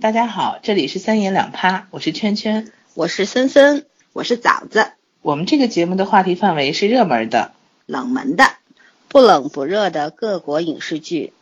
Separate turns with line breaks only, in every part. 大家好，这里是三言两趴，我是圈圈。
我是森森，我是枣子，
我们这个节目的话题范围是热门的。
冷门的、不冷不热的各国影视剧，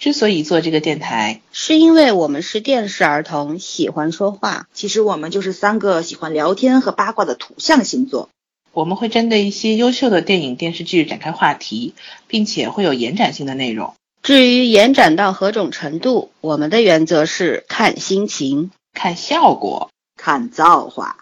之所以做这个电台，
是因为我们是电视儿童，喜欢说话，
其实我们就是三个喜欢聊天和八卦的土象星座。
我们会针对一些优秀的电影、电视剧展开话题，并且会有延展性的内容。
至于延展到何种程度，我们的原则是看心情。
看效果，
看造化，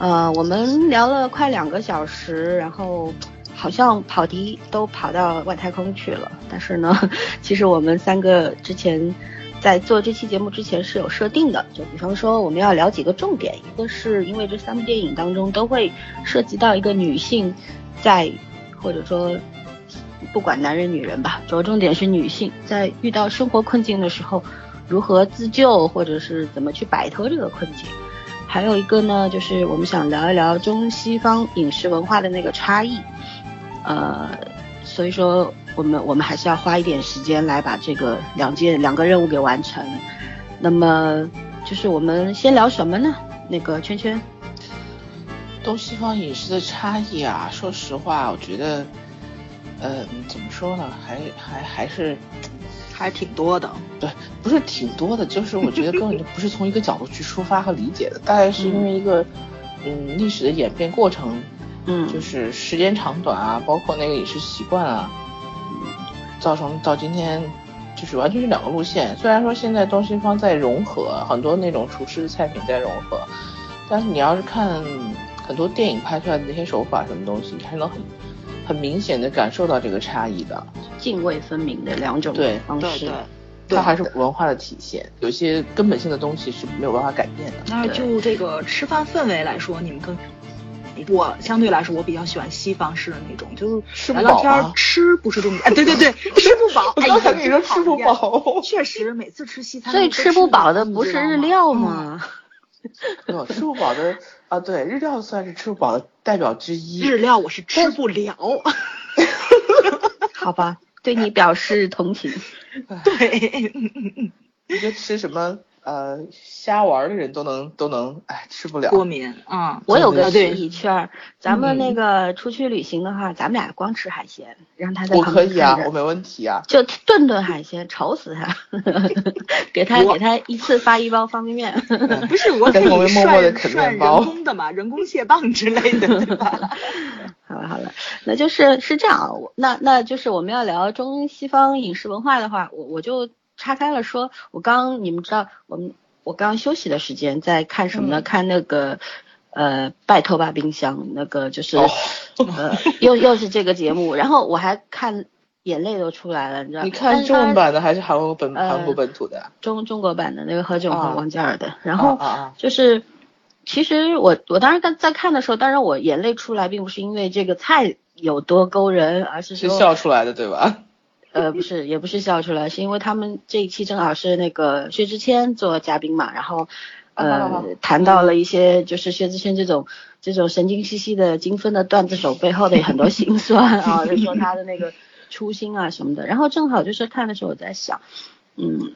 呃，我们聊了快两个小时，然后好像跑题都跑到外太空去了。但是呢， 其实我们三个之前在做这期节目之前是有设定的，就比方说我们要聊几个重点，一个是因为这三部电影当中都会涉及到一个女性在或者说不管男人女人吧，着重点是女性在遇到生活困境的时候如何自救，或者是怎么去摆脱这个困境。还有一个呢，就是我们想聊一聊中西方饮食文化的那个差异，呃，所以说我们我们还是要花一点时间来把这个两件两个任务给完成。那么就是我们先聊什么呢？那个圈圈，
东西方饮食的差异啊，说实话，我觉得，呃，怎么说呢，还还还是
还挺多的。
对，不是挺多的，就是我觉得根本就不是从一个角度去出发和理解的，大概是因为一个嗯历史的演变过程，
嗯
就是时间长短啊，包括那个饮食习惯啊，造成到今天就是完全是两个路线。虽然说现在东西方在融合，很多那种厨师菜品在融合，但是你要是看很多电影拍出来的那些手法什么东西，你还能很很明显的感受到这个差异的。
泾渭分明的两种
对
方式。
它还是古文化的体现，有些根本性的东西是没有办法改变的。
那就这个吃饭氛围来说，你们更，我相对来说我比较喜欢西方式的那种，就是
吃不
聊
饱
聊天儿
吗
吃不是重点，哎，对对对，吃不饱。
我
哎
刚才跟你说吃不，饱
我真讨厌，确实每次吃西餐
最
都
吃不饱的不是日料
嗯
吗？
没有吃不饱的啊，对，日料算是吃不饱的代表之一。
嗯日料我是吃不了，
嗯好吧，对你表示同情。
对，
一个哎吃什么呃虾丸儿的人都能都能哎吃不了。
过敏啊，
我有个
啊
提
对
议券儿，咱们
嗯
那个出去旅行的话，咱们俩光吃海鲜，让他在
我
旁
可
边
以啊
看，着
我没问题啊。
就顿顿海鲜，愁死他， 给他
我
给他一次发一包方便面，
不是我可以
但是我会默默地
涮
啃
涮
面包
人工的嘛，人工蟹棒之类的，对吧？
好了好了，那就是是这样啊，我那那就是我们要聊中西方饮食文化的话，我我就岔开了说，我刚你们知道我们我刚休息的时间在看什么呢？
嗯
看那个呃，拜托吧冰箱那个就是、
哦
呃又又是这个节目，然后我还看眼泪都出来了，你知道？
你
但
看
是
中文
它
版的还是韩国本
呃
韩国本土的啊？
中中国版的那个何炅
啊
和王嘉尔的，然后
啊啊
就是，其实我我当时在在看的时候，当然我眼泪出来，并不是因为这个菜有多勾人，而是
是
说
笑出来的对吧？
呃，不是，也不是笑出来，是因为他们这一期正好是那个薛之谦做嘉宾嘛，然后
啊好好
呃
好
谈到了一些就是薛之谦这种这种神经兮兮的精分的段子手背后的很多辛 酸啊，就说他的那个初心啊什么的。然后正好就是看的时候我在想，嗯，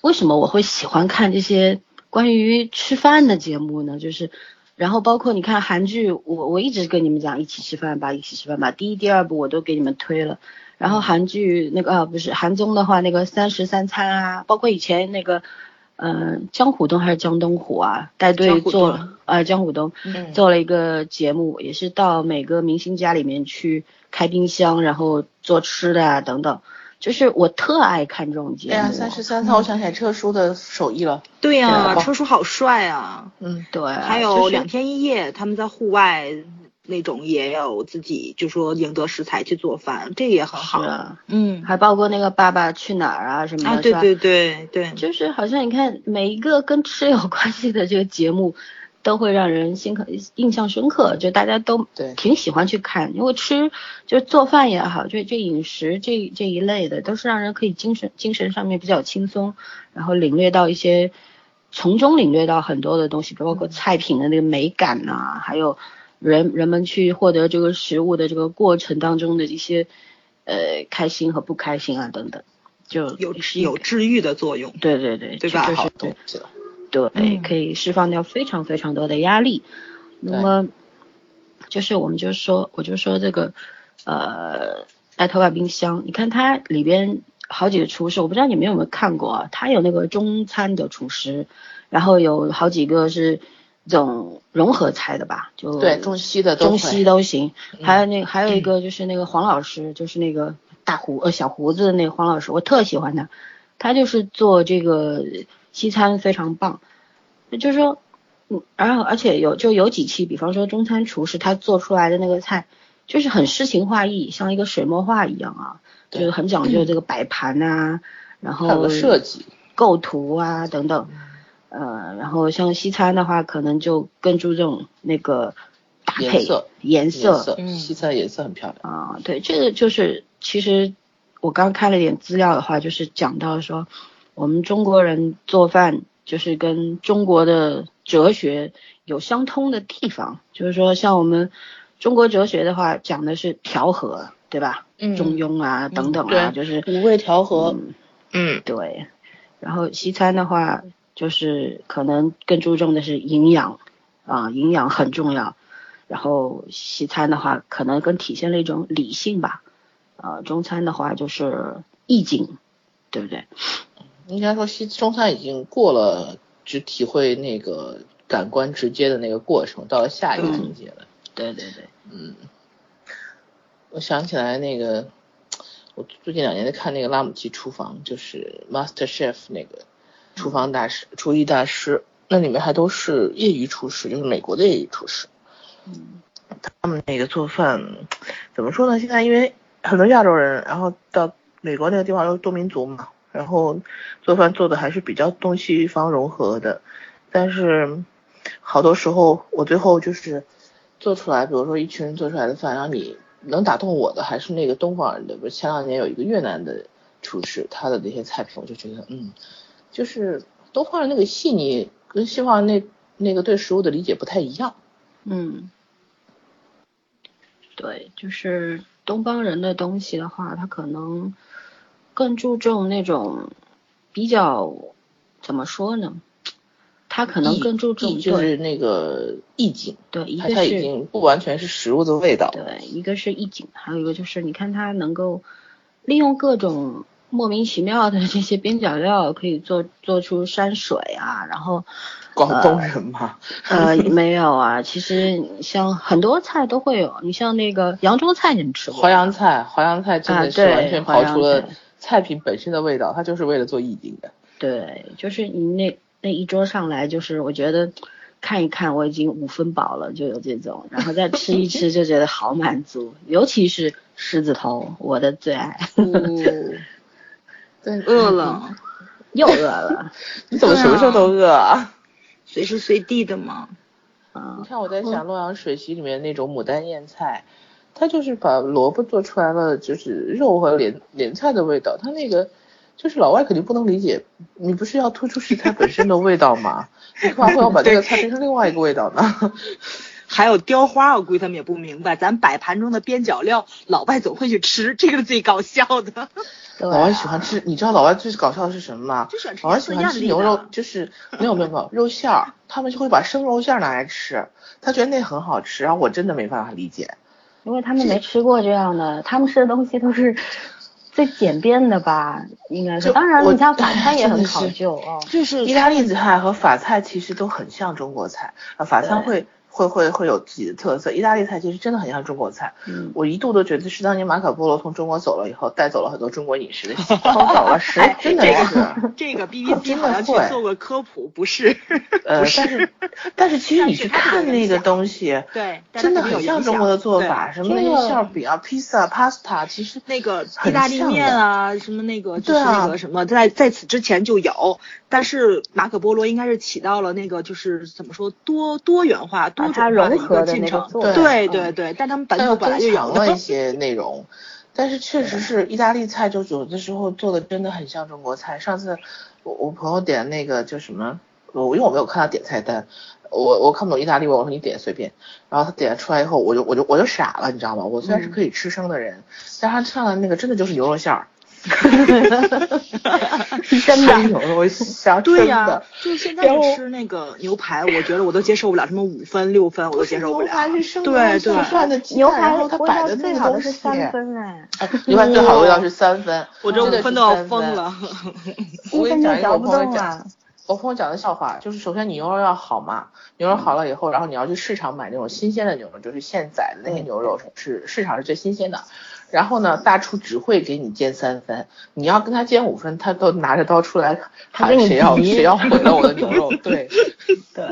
为什么我会喜欢看这些关于吃饭的节目呢？就是。然后包括你看韩剧，我我一直跟你们讲一起吃饭吧，一起吃饭吧。第一、第二部我都给你们推了，然后韩剧那个啊不是韩综的话，那个三十三餐啊，包括以前那个，呃，江虎东还是江东虎啊，带队
江虎
做
东
了呃江虎东
嗯
做了一个节目，也是到每个明星家里面去开冰箱，然后做吃的啊等等，就是我特爱看这种节目。啊
哎呀，三十三套，我想起来车叔的手艺了。
对呀、
对
车叔好帅啊！
嗯，
对，
还
就
有
是
两天一夜，他们在户外那种也有自己就说赢得食材去做饭，这也很
是
好。
啊，
嗯，
还包括那个《爸爸去哪儿》啊什么的，
啊，
是
对
吧
对对对，
就是好像你看每一个跟吃有关系的这个节目，都会让人心刻印象深刻，就大家都
对
挺喜欢去看，因为吃就是做饭也好，这这饮食这这一类的，都是让人可以精神精神上面比较轻松，然后领略到一些从中领略到很多的东西，包
嗯
括菜品的那个美感呐、还有人人们去获得这个食物的这个过程当中的一些呃开心和不开心啊等等，就
有
是一
有
个
治愈的作用，
对对对，这
对吧
就是
好
对，是的
对，
嗯
可以释放掉非常非常多的压力。那
对
么，就是我们就说，我就说这个，呃，爱头发冰箱，你看它里边好几个厨师，我不知道你们有没有看过啊？它有那个中餐的厨师，然后有好几个是这种融合菜的吧？就
对中西的都
中
会
西都行。
嗯
还有那还有一个就是那个黄老师，就是那个大胡呃小胡子的那个黄老师，我特喜欢他，他就是做这个西餐非常棒，就是说，嗯，然后而且有就有几期，比方说中餐厨师他做出来的那个菜，就是很诗情画意，像一个水墨画一样啊，就
对
是很讲究这个摆盘啊，然
还有
后
个设计，
构图啊等等，
嗯
呃，然后像西餐的话，可能就更注重那个搭
颜
配
色
颜
颜色
嗯
西餐颜色很漂亮，
啊、对，这个就是其实我刚看了点资料的话，就是讲到说我们中国人做饭就是跟中国的哲学有相通的地方，就是说像我们中国哲学的话，讲的是调和，对吧？
嗯
中庸啊，等等啊，
对
就是
五味调和，嗯
对，然后西餐的话，就是可能更注重的是营养啊、营养很重要。然后西餐的话，可能更体现了一种理性吧。呃，中餐的话就是意境，对不对？
应该说西中餐已经过了，只体会那个感官直接的那个过程，到了下一个境界了。
对对对，
嗯，我想起来那个，我最近两年在看那个拉姆齐厨房，就是 Master Chef 那个厨房大师、厨艺大师，那里面还都是业余厨师，就是美国的业余厨师。
嗯
他们那个做饭怎么说呢？现在因为很多亚洲人，然后到美国那个地方都是多民族嘛，然后做饭做的还是比较东西方融合的，但是好多时候我最后就是做出来，比如说一群人做出来的饭，然后你能打动我的还是那个东方人的。比如前两年有一个越南的厨师，他的那些菜品我就觉得，嗯，就是东方人那个细腻跟西方人那那个对食物的理解不太一样。
嗯，对，就是东方人的东西的话，他可能更注重那种比较怎么说呢？他可能
意
更注
意
重
就
对
是那个意境，
对，一
它
个
它已
是
经不完全是食物的味道。
对，一个是意境，还有一个就是你看它能够利用各种莫名其妙的这些边角料，可以做做出山水啊，然后
广东人嘛，
呃没有啊，其实像很多菜都会有，你像那个扬州菜，你们吃过吗？
淮扬菜，淮扬菜真
啊
的是
对
完全
淮
刨
扬
除了
菜
菜品本身的味道，它就是为了做意境的。
对，就是你那那一桌上来，就是我觉得看一看我已经五分饱了，就有这种，然后再吃一吃就觉得好满足，尤其是狮子头，我的最爱，
对，
哦饿了，
又饿了，
你怎么什么时候都饿啊？
随时随地的嘛。
嗯
你。看我在想《洛阳水席》里面那种牡丹燕菜，它就是把萝卜做出来了，就是肉和莲莲菜的味道。它那个就是老外肯定不能理解，你不是要突出食材本身的味道 吗？你干嘛会要把这个菜变成另外一个味道呢？
还有雕花，我估计他们也不明白。咱摆盘中的边角料，老外总会去吃，这个是最搞笑的。
对啊
老外喜欢吃，你知道老外最搞笑的是什么吗
就喜欢？吃
老外
颜
喜
色
欢
艳
吃
丽
牛
的
肉，就是没有没有没有肉馅儿，他们就会把生肉馅儿拿来吃，他觉得那很好吃，然后我真的没办法理解。
因为他们没吃过这样的，他们吃的东西都是最简便的吧，应该是。
就
当然，
我
你 像法
哎呀
餐也
真的
很
是
考究哦。
就是
意大利菜和法菜其实都很像中国菜，啊，法餐会会会会有自己的特色。意大利菜其实真的很像中国菜，
嗯，
我一度都觉得是当年马可波罗从中国走了以后，带走了很多中国饮食的习惯。
偷走了 十
哎，
真的
这个
是
这个 BBC
哦真的
好像去
会
做过科普，不是？
呃，但
不
是但是其实
但
你
是
去
它有
看
点
那个
像
东西，
对，但它
真的
肯定
很
有
像
影
中
响
国的做
对
法，什么
真
那些
的
馅饼啊、披萨、pasta，其实
那个意
很
大利
像
面
的
啊，什么那个就是
对啊
那个什么，在在此之前就有，但是马可波罗应该是起到了那个就是怎么说多多元化、
把
多种
它
化
融
一
合的
进
那个
程。
做
法
对
嗯
对对，但他们本
它
土
又
本来
增
就
强
有
了一
的。
些内容，但是确实是意大利菜，就有的时候做的真的很像中国菜。上次我我朋友点那个叫什么，我因为我没有看他点菜单，我我看不懂意大利文，我说你点随便。然后他点出来以后，我就我就我就傻了，你知道吗？我虽然是可以吃生的人，但他上来那个真的就是牛肉馅 儿，
是真的。
牛肉馅儿，
对
真
呀、
的。
就是现
然
在
后
你吃那个牛排，我觉得我都接受不了，什么五分六分我都接受不
牛排
了。
是生
对
的像
对
涮的鸡
牛
蛋，
排
然后他
味
摆
道
的那
最
个
好
东
的
西
是，三分
啊
哎，
哎牛排最好的味道是三分，
我这
真的
五
是
分都要
三
疯了。
我
一
跟你
分就嚼
讲一个我
不
朋友
动
讲
了，。
啊
我朋友讲的笑话就是，首先你牛肉要好嘛，牛肉好了以后，然后你要去市场买那种新鲜的牛肉，就是现宰的那些牛肉是市场是最新鲜的。然后呢，大厨只会给你煎三分，你要跟他煎五分，他都拿着刀出来
他
喊
跟你
谁要
比
谁要毁了我的牛 肉。对，
对，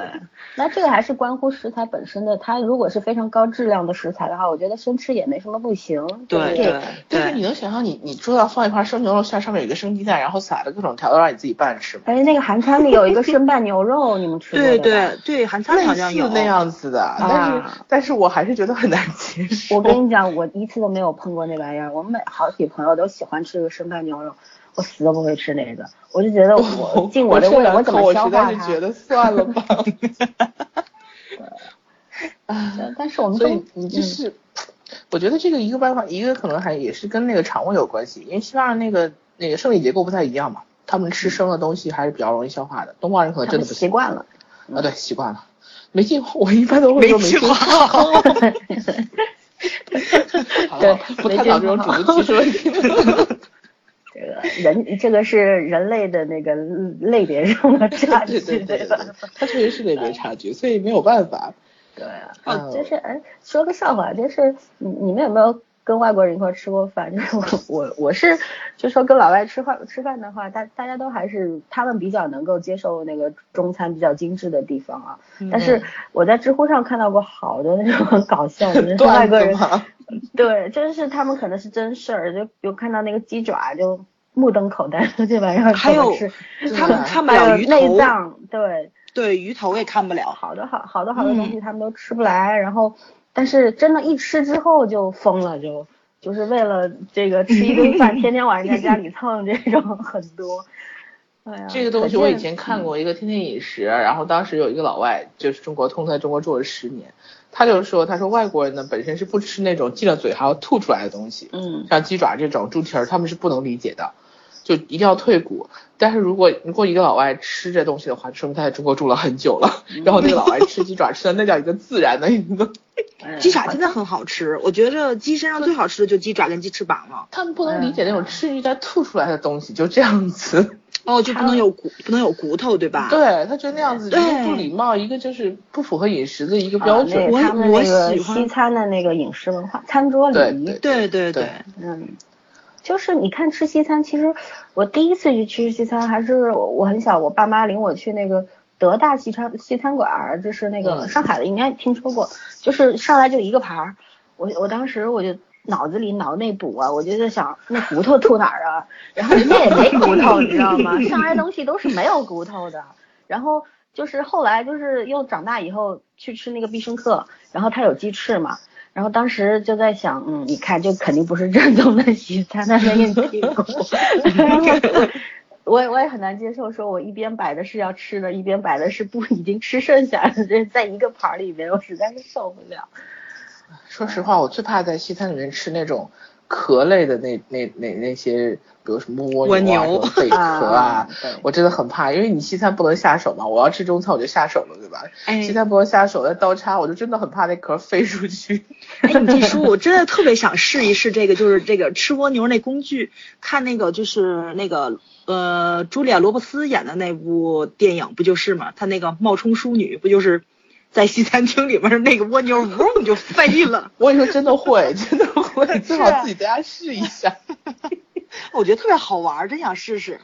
那这个还是关乎食材本身的，它如果是非常高质量的食材的话，我觉得生吃也没什么不行。
对
就是
对
就是你能想象你你桌上放一盘生牛肉馅，上面有一个生鸡蛋，然后撒了各种调料让你自己拌吃吗？
哎，那个韩餐里有一个生拌牛肉，你们吃过
对
对吧
对对，韩餐
类
好像有
似那。样子的，但是
啊
但是我还是觉得很难接受。
我跟你讲，我一次都没有碰过那玩意儿。我每好几朋友都喜欢吃个生拌牛肉，我死都不会吃那个。我就觉得 我进我的
吃
胃，
两
我怎
口
么消
我实
化
在是
它？
觉得算 了吧。
但但是我们
所以
中
你就是，我觉得这个一个办法，一个可能还也是跟那个肠胃有关系，因为西方人那个那个生理结构不太一样嘛，他们吃生的东西还是比较容易消化的，东方人可能
他
真
们
的不
习惯了。
啊，对，习惯了。没计划，我一般都会说
没
没
计 划
划。好了，
对
不
没
探
计
讨这种
划
种族歧视问题 了。
这个人，这个是人类的那个类别上的 差距，
对对对对
吧
对？，他确实是类别差距，所以没有办法。
对啊，
嗯
就是哎，说个笑话，就是你你们有没有跟外国人一块儿吃过饭？ 就是我我我是就说跟老外吃饭吃饭的话，大大家都还是他们比较能够接受那个中餐比较精致的地方啊。
嗯
但是我在知乎上看到过好多那种 很搞笑的那种外
段子
国人，
嘛，
对，真是他们可能是真事儿，就有看到那个鸡爪就目瞪口呆， 对吧？然后
还有
是
他们看不
呃
了鱼
内
头，
脏，对。
对鱼头也看不了。
好多好好多好
嗯
多东西他们都吃不来，然后但是真的，一吃之后就疯了，就就是为了这个吃一 顿饭，天天晚上在家里蹭这种很多。哎呀，
这个东西我以
可见
前
嗯
看过一个《天天饮食》，然后当时有一个老外，就是中国通在中国住了十年，他就说，他说外国人呢本身是不吃那种进了嘴还要吐出来的东西，
嗯，
像鸡爪这种猪蹄儿，他们是不能理解的，就一定要退骨。但是如果如果一个老外吃这东西的话，说明他在中国住了很久了。
嗯
然后那个老外吃鸡爪吃的那叫一个自然的一 个，
哎
鸡爪真的很好吃，我觉着鸡身上最好吃的就鸡爪跟鸡翅膀了。
他们不能理
嗯
解那种吃鱼在吐出来的东西，就这样子。
哦，就不能有骨，不能有骨头，对吧？。
对他觉得那样子一个
对
不礼貌，一个就是不符合饮食的一个标准。
啊那
我
他们那个
我喜欢
西餐的那个饮食文化，餐桌
对
礼仪，
对
对对
对
嗯，就是你看吃西餐，其实我第一次去吃西餐还是我我很小，我爸妈领我去那个德大西餐西餐馆儿，就是那个
嗯
上海的，应该听说过，就是上来就一个盘儿，我我当时我就。脑子里脑内补啊，我就在想那骨头吐哪儿啊？然后人家也没骨头，你知道吗？上来东西都是没有骨头的。然后就是后来就是又长大以后去吃那个必胜客，然后它有鸡翅嘛，然后当时就在想，嗯，你看这肯定不是正宗的西餐，他在给你剔骨。然后我也我也很难接受，说我一边摆的是要吃的，一边摆的是不已经吃剩下的，这在一个盘儿里面，我实在是受不了。
说实话，我最怕在西餐里面吃那种壳类的那那那那些，比如什么蜗啊、
蜗牛
什么贝壳啊，
对
我真的很怕，因为你西餐不能下手嘛。我要吃中餐我就下手了，对吧？
哎，
西餐不能下手，那刀叉我就真的很怕那壳飞出 去。
哎，你这说，我真的特别想试一试这个，就是这个吃蜗牛那工具，看那个就是那个呃，茱莉亚·罗伯茨演的那部电影不就是嘛？她那个冒充淑女不就是在西餐厅里面那个蜗牛嗡就飞了。
我跟你说，真的会，真的 会，最好自己在家试一下。
我觉得特别好玩儿，真想试试。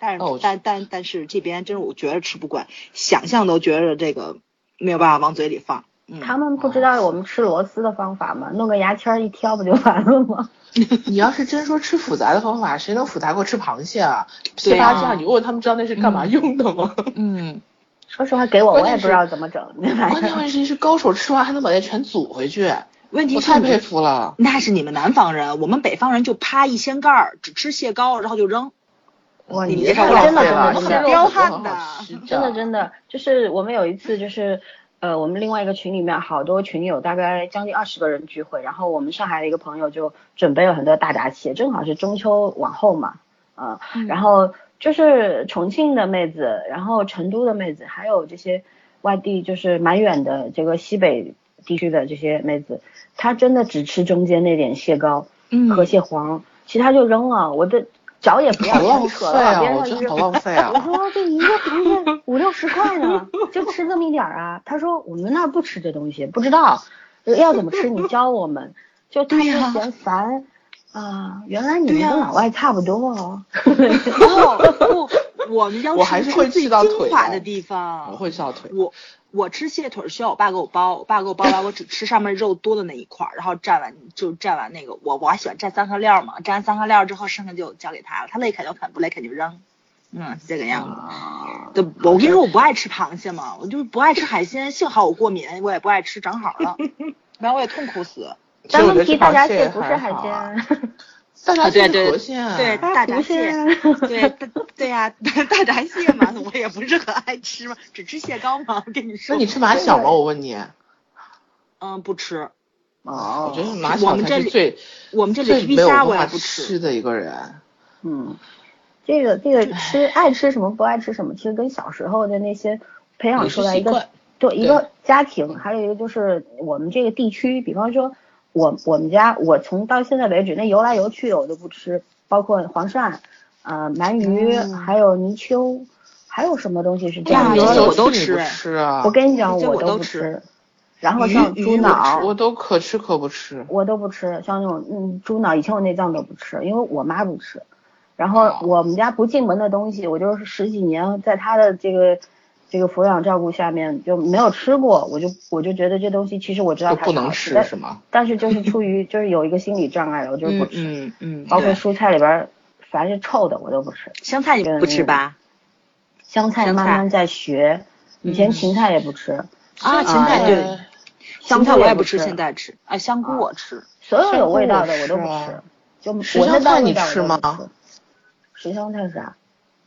但是、
哦我
但但但是这边真是我觉得吃不惯，想象都觉得这个没有办法往嘴里放。嗯，
他们不知道我们吃螺丝的方法吗？弄个牙签儿一挑不就完了吗？
你要是真说吃复杂的方法，谁能复杂过吃螃蟹啊？蟹
对啊
八酱油，他们知道那是干嘛用的 吗？
嗯，
说实话，给我
关
我
键
也
是
不知道怎么整那玩意
关键
儿。
问题是高手吃完还能把那全组回去，
问题
我
是
太
你
佩服了。
那是你们南方人，我们北方人就啪一掀盖儿，只吃蟹膏，然后就扔。
哇，
你
你
别
这
太
太
浪
浪
费了，吃
费了，真
肉
的
彪
很多
悍
很
的
好吃
真的真的，就是我们有一次就是。呃，我们另外一个群里面好多群友，大概将近二十个人聚会，然后我们上海的一个朋友就准备了很多大闸蟹，正好是中秋往后嘛，啊、
嗯
然后就是重庆的妹子，然后成都的妹子，还有这些外地就是蛮远的这个西北地区的这些妹子，她真的只吃中间那点蟹膏
嗯
和蟹黄，其他就扔了，我的脚也不要，
好浪
全
费
扯了，往
啊！
边
我真
上一扔
的好浪费啊
我！ 说这一个螃 蟹五六十块呢，就吃这么一点儿啊。他说我们那儿不吃这东西，不知道呃要怎么吃，你教我们。就他就
对呀
嫌烦啊，原来你
对
们
呀
跟老外差不多哦。
不哦不，我们要
我还
吃
是会
吃最
吃到腿
精华
的
的地方。
我会笑腿，
我我吃蟹腿儿需要我爸给我剥，我爸给我剥完，我只吃上面肉多的那一块儿，然后蘸完就蘸完那个，我我还喜欢蘸三合料嘛，蘸完三合料之后，剩下就交给他了，他乐意啃就啃，不乐意啃就扔，嗯，是这个样子。
啊，
对，我因为我不爱吃螃蟹嘛，我就是不爱吃海鲜，幸好我过敏，我也不爱吃，长好 了，不然我也痛苦死。
所
但
以我觉
问
得
题
吃
大闸
螃
蟹
蟹
不是海
还好啊，
鲜，
大
啊
闸
对
蟹
对
是河鲜啊，
对，大闸蟹啊
不是，
对，大对呀、大闸蟹嘛，我也不是很爱吃嘛，只吃蟹膏嘛。我跟你说，
那你吃马小吗？我问
哦
你，
嗯不吃，
我
哦
觉得马
我
小
们
才
这
是
里
最
我们这里
最
皮
没有
虾我
文
也
化
不
吃
吃。
的一个人。
嗯，这个这个吃爱吃什么不爱吃什么，其实跟小时候的那些培养
饮食
出来一
习惯
个对一
对
个家庭，还有一个就是我们这个地区，比方说我我们家我从到现在为止那游来游去的我都不吃，包括黄鳝、呃鳗鱼，
嗯
还有泥鳅，还有什么东西是这
呀
样
你
游
的？
来
这些
游
我都
去你
吃
不
哎
吃啊！
我跟你讲，
这些
我
我都
不
吃
吃。然后
鱼
像
鱼
猪
我
脑
吃，我都可吃可不吃。
我都不吃，像那种嗯猪脑，以前我内脏都不吃，因为我妈不吃。然后
哦
我们家不进门的东西，我就是十几年在她的这个这个抚养照顾下面就没有吃过，我就我就觉得这东西其实我知道
就
它
不能
好吃
吃
但
是吗？
但是就是出于就是有一个心理障碍了，我就是不
嗯
吃，
嗯嗯，
包括
对
蔬菜里边儿凡是臭的我都不吃，
香菜你不吃吧？
香菜
香菜
慢慢在学，以前芹菜也不吃，
啊，芹菜
啊
对，
香
芹菜
菇
我
也
也
不
吃，
吃
现在吃。啊，香菇我吃。
所有有味道的
香
我
菇
都
我
不
吃啊
吃，就
十
我那
香菜
道味
你
道我
吃
都不
吗
吃？十香菜是啥？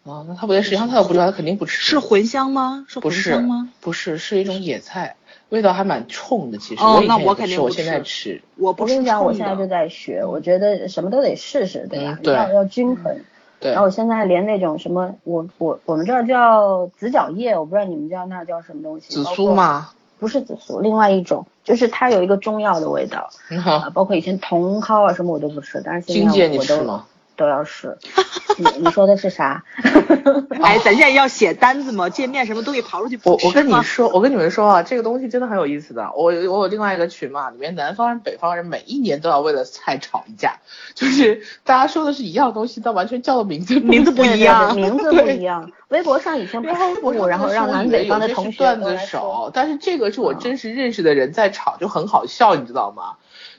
啊，那他不连十香菜都不知道，他肯定不吃。
是茴香吗？是
不
茴
是
香吗？？
不是，是一种野菜，味道还蛮冲的。其实
哦
我以
那
前也
我
不
肯
吃
定
我
不
现在
吃
吃。
我
我
不吃
跟
冲
你
的。
讲，我现在就在学，我觉得什么都得试试，对吧
嗯？对
要要均衡。
对
然，后我现在连那种什么，我我我们这儿叫紫角叶，我不知道你们家那儿叫什么东西。
紫
包
苏
括？
嘛，
不是紫苏，另外一种，就是它有一个中药的味道
你
啊，
好，
包括以前茼蒿啊什么我都不吃，但是现
荆芥
在我
你
我
吃
都
吗？
都要试。你你说的是啥？
哎，咱现在要写单子吗？界面什么东西刨出去不
我
吃
我跟你
吗
说，我跟你们说啊，这个东西真的很有意思的。我我有另外一个群嘛，里面南方人、北方人每一年都要为了菜吵一架，就是大家说的是一样东西，但完全叫的名字
名字不一样
对对对名字不一样。微博上以前不
然后
公
我
布，然后让南北方的同学
段
过
子
来说嗯
手，但是这个是我真实认识的人在炒，就很好笑，你知道吗？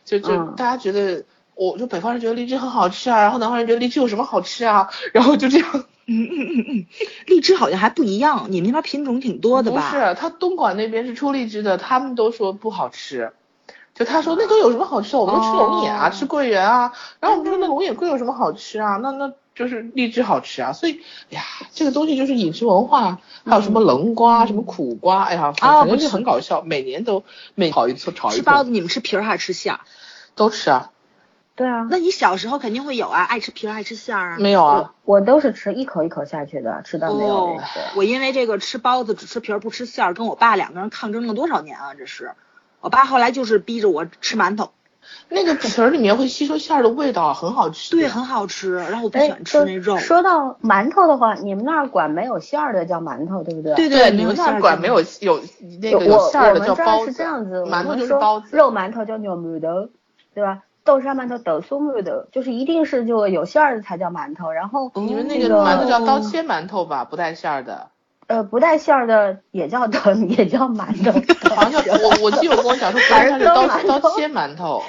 就就
嗯
大家觉得，我就北方人觉得荔枝很好吃啊，然后南方人觉得荔枝有什么好吃啊，然后就这样。
嗯嗯嗯嗯，荔枝好像还不一样，你们那边品种挺多的吧？
不是，他东莞那边是出荔枝的，他们都说不好吃。就他说那个有什么好吃的？我们都吃龙眼啊，
哦
吃桂圆啊。然后我们说那龙眼桂有什么好吃啊？那那就是荔枝好吃啊。所以，哎呀，这个东西就是饮食文化，还有什么冷瓜、什么苦瓜，哎呀，
哦
反正
不
就是很搞笑，每年都每炒一次炒一
吃包
次
子你们吃皮儿还是吃馅儿？
都吃啊，
对啊，
那你小时候肯定会有啊，爱吃皮儿爱吃馅儿啊。
没有啊
我，我都是吃一口一口下去的，吃到没有为
哦
止。，
我因为这个吃包子只吃皮儿不吃馅儿，跟我爸两个人抗争了多少年啊！这是，我爸后来就是逼着我吃馒头，
那个肚皮儿里面会吸收馅儿的味道，啊很好吃。
对，很好吃。然后我不喜欢吃
哎说
那肉。
说到馒头的话，你们那儿管没有馅儿的叫馒头，对不对？
对
对，你
没有
们
馅儿
那
的
管没有有那个
我
有馅儿
我
的
们
叫
这儿
包
是
子，
这样子，我
馒头
们
就是
说
包子。
肉馒头叫牛馒头，对吧？豆沙馒头、豆酥馒头，就是一定是就有馅儿的才叫馒头。然后
哦你们那
哦那
个
个
馒头叫刀切馒头吧，不带馅儿的。
呃，不带馅儿的也叫豆， 也叫馒头。
好像叫我我记得我跟我讲说，不带馅儿的
反
刀
正
刀切馒头，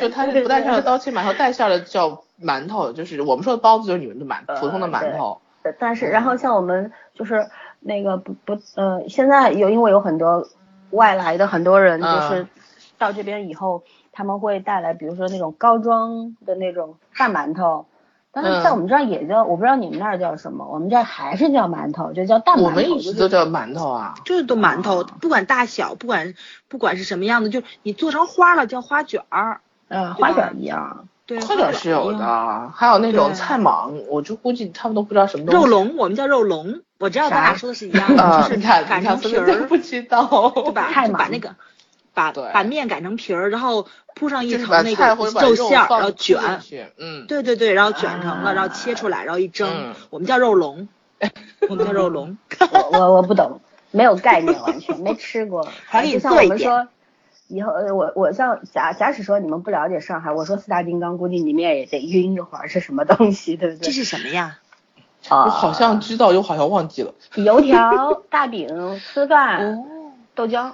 就它是不带馅儿的刀切馒头，带馅儿的叫馒头，就是我们说的包子，就是你们的馒
呃
普通的馒头。
但是，然后像我们就是那个不不呃，现在有因为有很多外来的很多人，就
嗯
是到这边以后，他们会带来，比如说那种高庄的那种大馒头，但是在
嗯
我们这儿也叫，我不知道你们那儿叫什么，我们这儿还是叫馒头，就叫大馒头。
我们一直都
就是
叫馒头啊。
就是都馒头，不管大小，不管不管是什么样的，就是你做成花了叫花卷儿，
呃花卷一样，
对，
快点是有
花卷儿一样。
的，还有那种
对
菜蟒，我就估计他们都不知道什么东西。
嗯肉笼，我们叫肉笼，我知道咱俩
啥
说的是一样
啊
的，，就是
你看，
擀
你
成
看，
皮
孙子就
儿
不，知道，
对吧？
太
就把
忙
那个把
对
把面擀成皮儿，然后铺上一
就是
层
把
那
菜或
个
者把肉
馅儿，
放
然后
进
卷，
去，嗯，
对对对，然后卷成了，
啊
然后切出来，然后一蒸
嗯，
我们叫 肉笼，我们叫肉笼，
我我我不懂，没有概念，完全没 吃过。
还可以
就像我
做
们
一点
说，以后呃我我像假假使说你们不了解上海，我说四大金刚，估计你们也得晕一会儿是什么东西，对不
这
对？
是什么呀？
啊，
我好像知道，又好像忘记了。
油条、大饼、 丝饭、
哦
豆浆，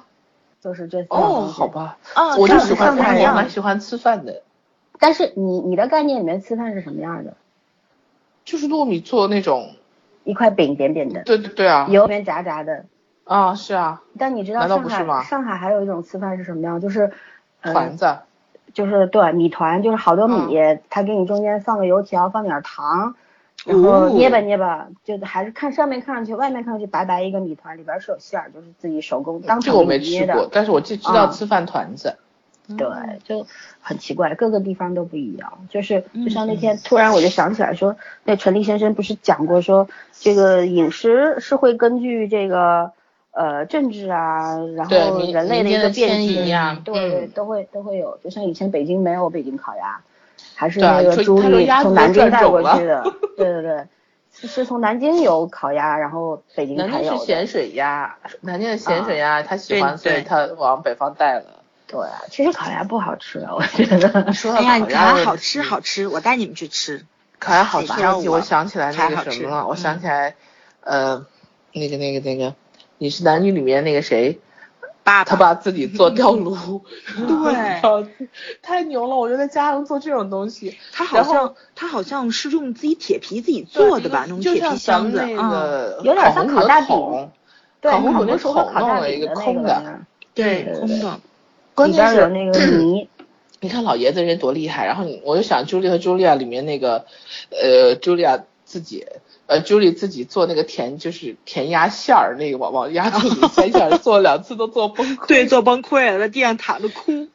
就是这四样
哦，
东西
好。吧，
哦，
我就
上
喜
上
欢，我
菜一
还
样
蛮喜欢吃饭的，
但是你你的概念里面，吃饭是什么样的？
就是糯米做那种，
一块饼扁扁的，
对对对啊，
油里面炸炸的。
啊是啊，
但你知道
难道
上
不是
海
吗
上海还有一种吃饭是什么样？就是
嗯
呃
团子，啊
就是对米团，就是好多米，
嗯
它给你中间放个油条，放点糖，然后
哦
嗯
捏吧捏吧，就还是看上面看上去，外面看上去白白一个米团，里边是有馅儿，就是自己手工当
这
场
个我
给
没
你
吃
捏的
过，但是我就知道
啊
嗯
吃饭团子，嗯
对，就很奇怪，各个地方都不一样。就是
嗯
就像那天突然我就想起来说，那陈立先生不是讲过说，这个饮食是会根据这个呃政治啊，然
对
后
民
人类
民
一
间
个
的
变
迁移
质
呀
对，
嗯
都会都会有。就像以前北京没有北京烤鸭，还是
对啊
那个
说
朱
他说
莉
鸭子
从
都
南京
转
带
走
过
了
去的，对对对。是是从南京有烤鸭，然后北京
南
才
京
有
是
的。
咸水鸭，南京的咸水
啊
鸭他喜
对
欢，所以
对
他往北方带了。
对，啊其实烤鸭不好吃啊，我觉得。
说到
哎呀，你
烤鸭
看
问
好吃
题
好吃，我带你们去吃。
烤鸭好
你
吃
让
问题，
我
我想起来那
还
个
好
什
吃
么了，我想
嗯
起来，呃，那个那个那个，你是男女里面那个谁，
爸
他
爸，
把自己做吊炉，
对
太牛了！我觉得家能做这种东西，
他好
然后
像他好像是用自己铁皮自己做的吧，那种
就
铁
像咱
皮箱
们
子
那
啊，
个
有点像
烤红
烤
果
大饼
桶，
对，
烤红果那
说的
桶
烤
弄
大
了一
饼
个
的那
空
个玩意
的，
儿
对
对，对
空的，
关
里
键
边有
是
那 个泥，
你看老爷子人多厉害，然后你我就想《朱莉和茱莉亚》里面那个，呃，茱莉亚自己，呃，茱莉自己做那个甜，就是甜鸭馅儿，那个往往鸭肚 里塞馅儿，做了两次都做崩溃。
对，做崩溃了，在地上躺着哭。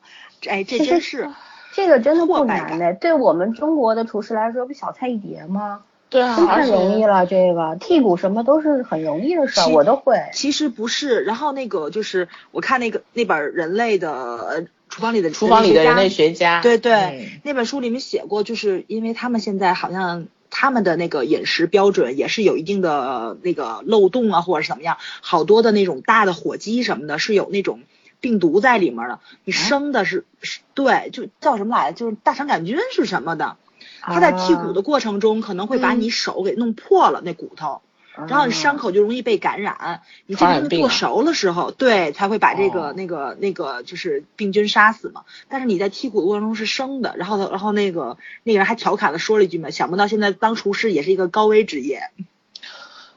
哎，这真是，
这个真的不
挫败
难的。对我们中国的厨师来说，不小菜一碟吗？
对啊，而
太
且
容易了，这个剔骨什么都是很容易的事儿，
是
我都会。
其实不是。然后那个就是，我看那个那本《人类的呃厨房里的
厨房里的人类
学
学家，
家》，对对，
嗯
那本书里面写过，就是因为他们现在好像。他们的那个饮食标准也是有一定的呃那个漏洞啊，或者是怎么样，好多的那种大的火鸡什么的，是有那种病毒在里面的。你生的是是，对，就叫什么来着？就是大肠杆菌是什么的？它在剔骨的过程中可能会把你手给弄破了那骨头，
啊，
然后你伤口就容易被感染。你
嗯
这
传
个
染
东西
病
做
啊
熟的时候，对，才会把这个、
哦
那个那个就是病菌杀死嘛。但是你在剔骨的过程中是生的，然后然后那个那个人还调侃的说了一句嘛，想不到现在当厨师也是一个高危职业。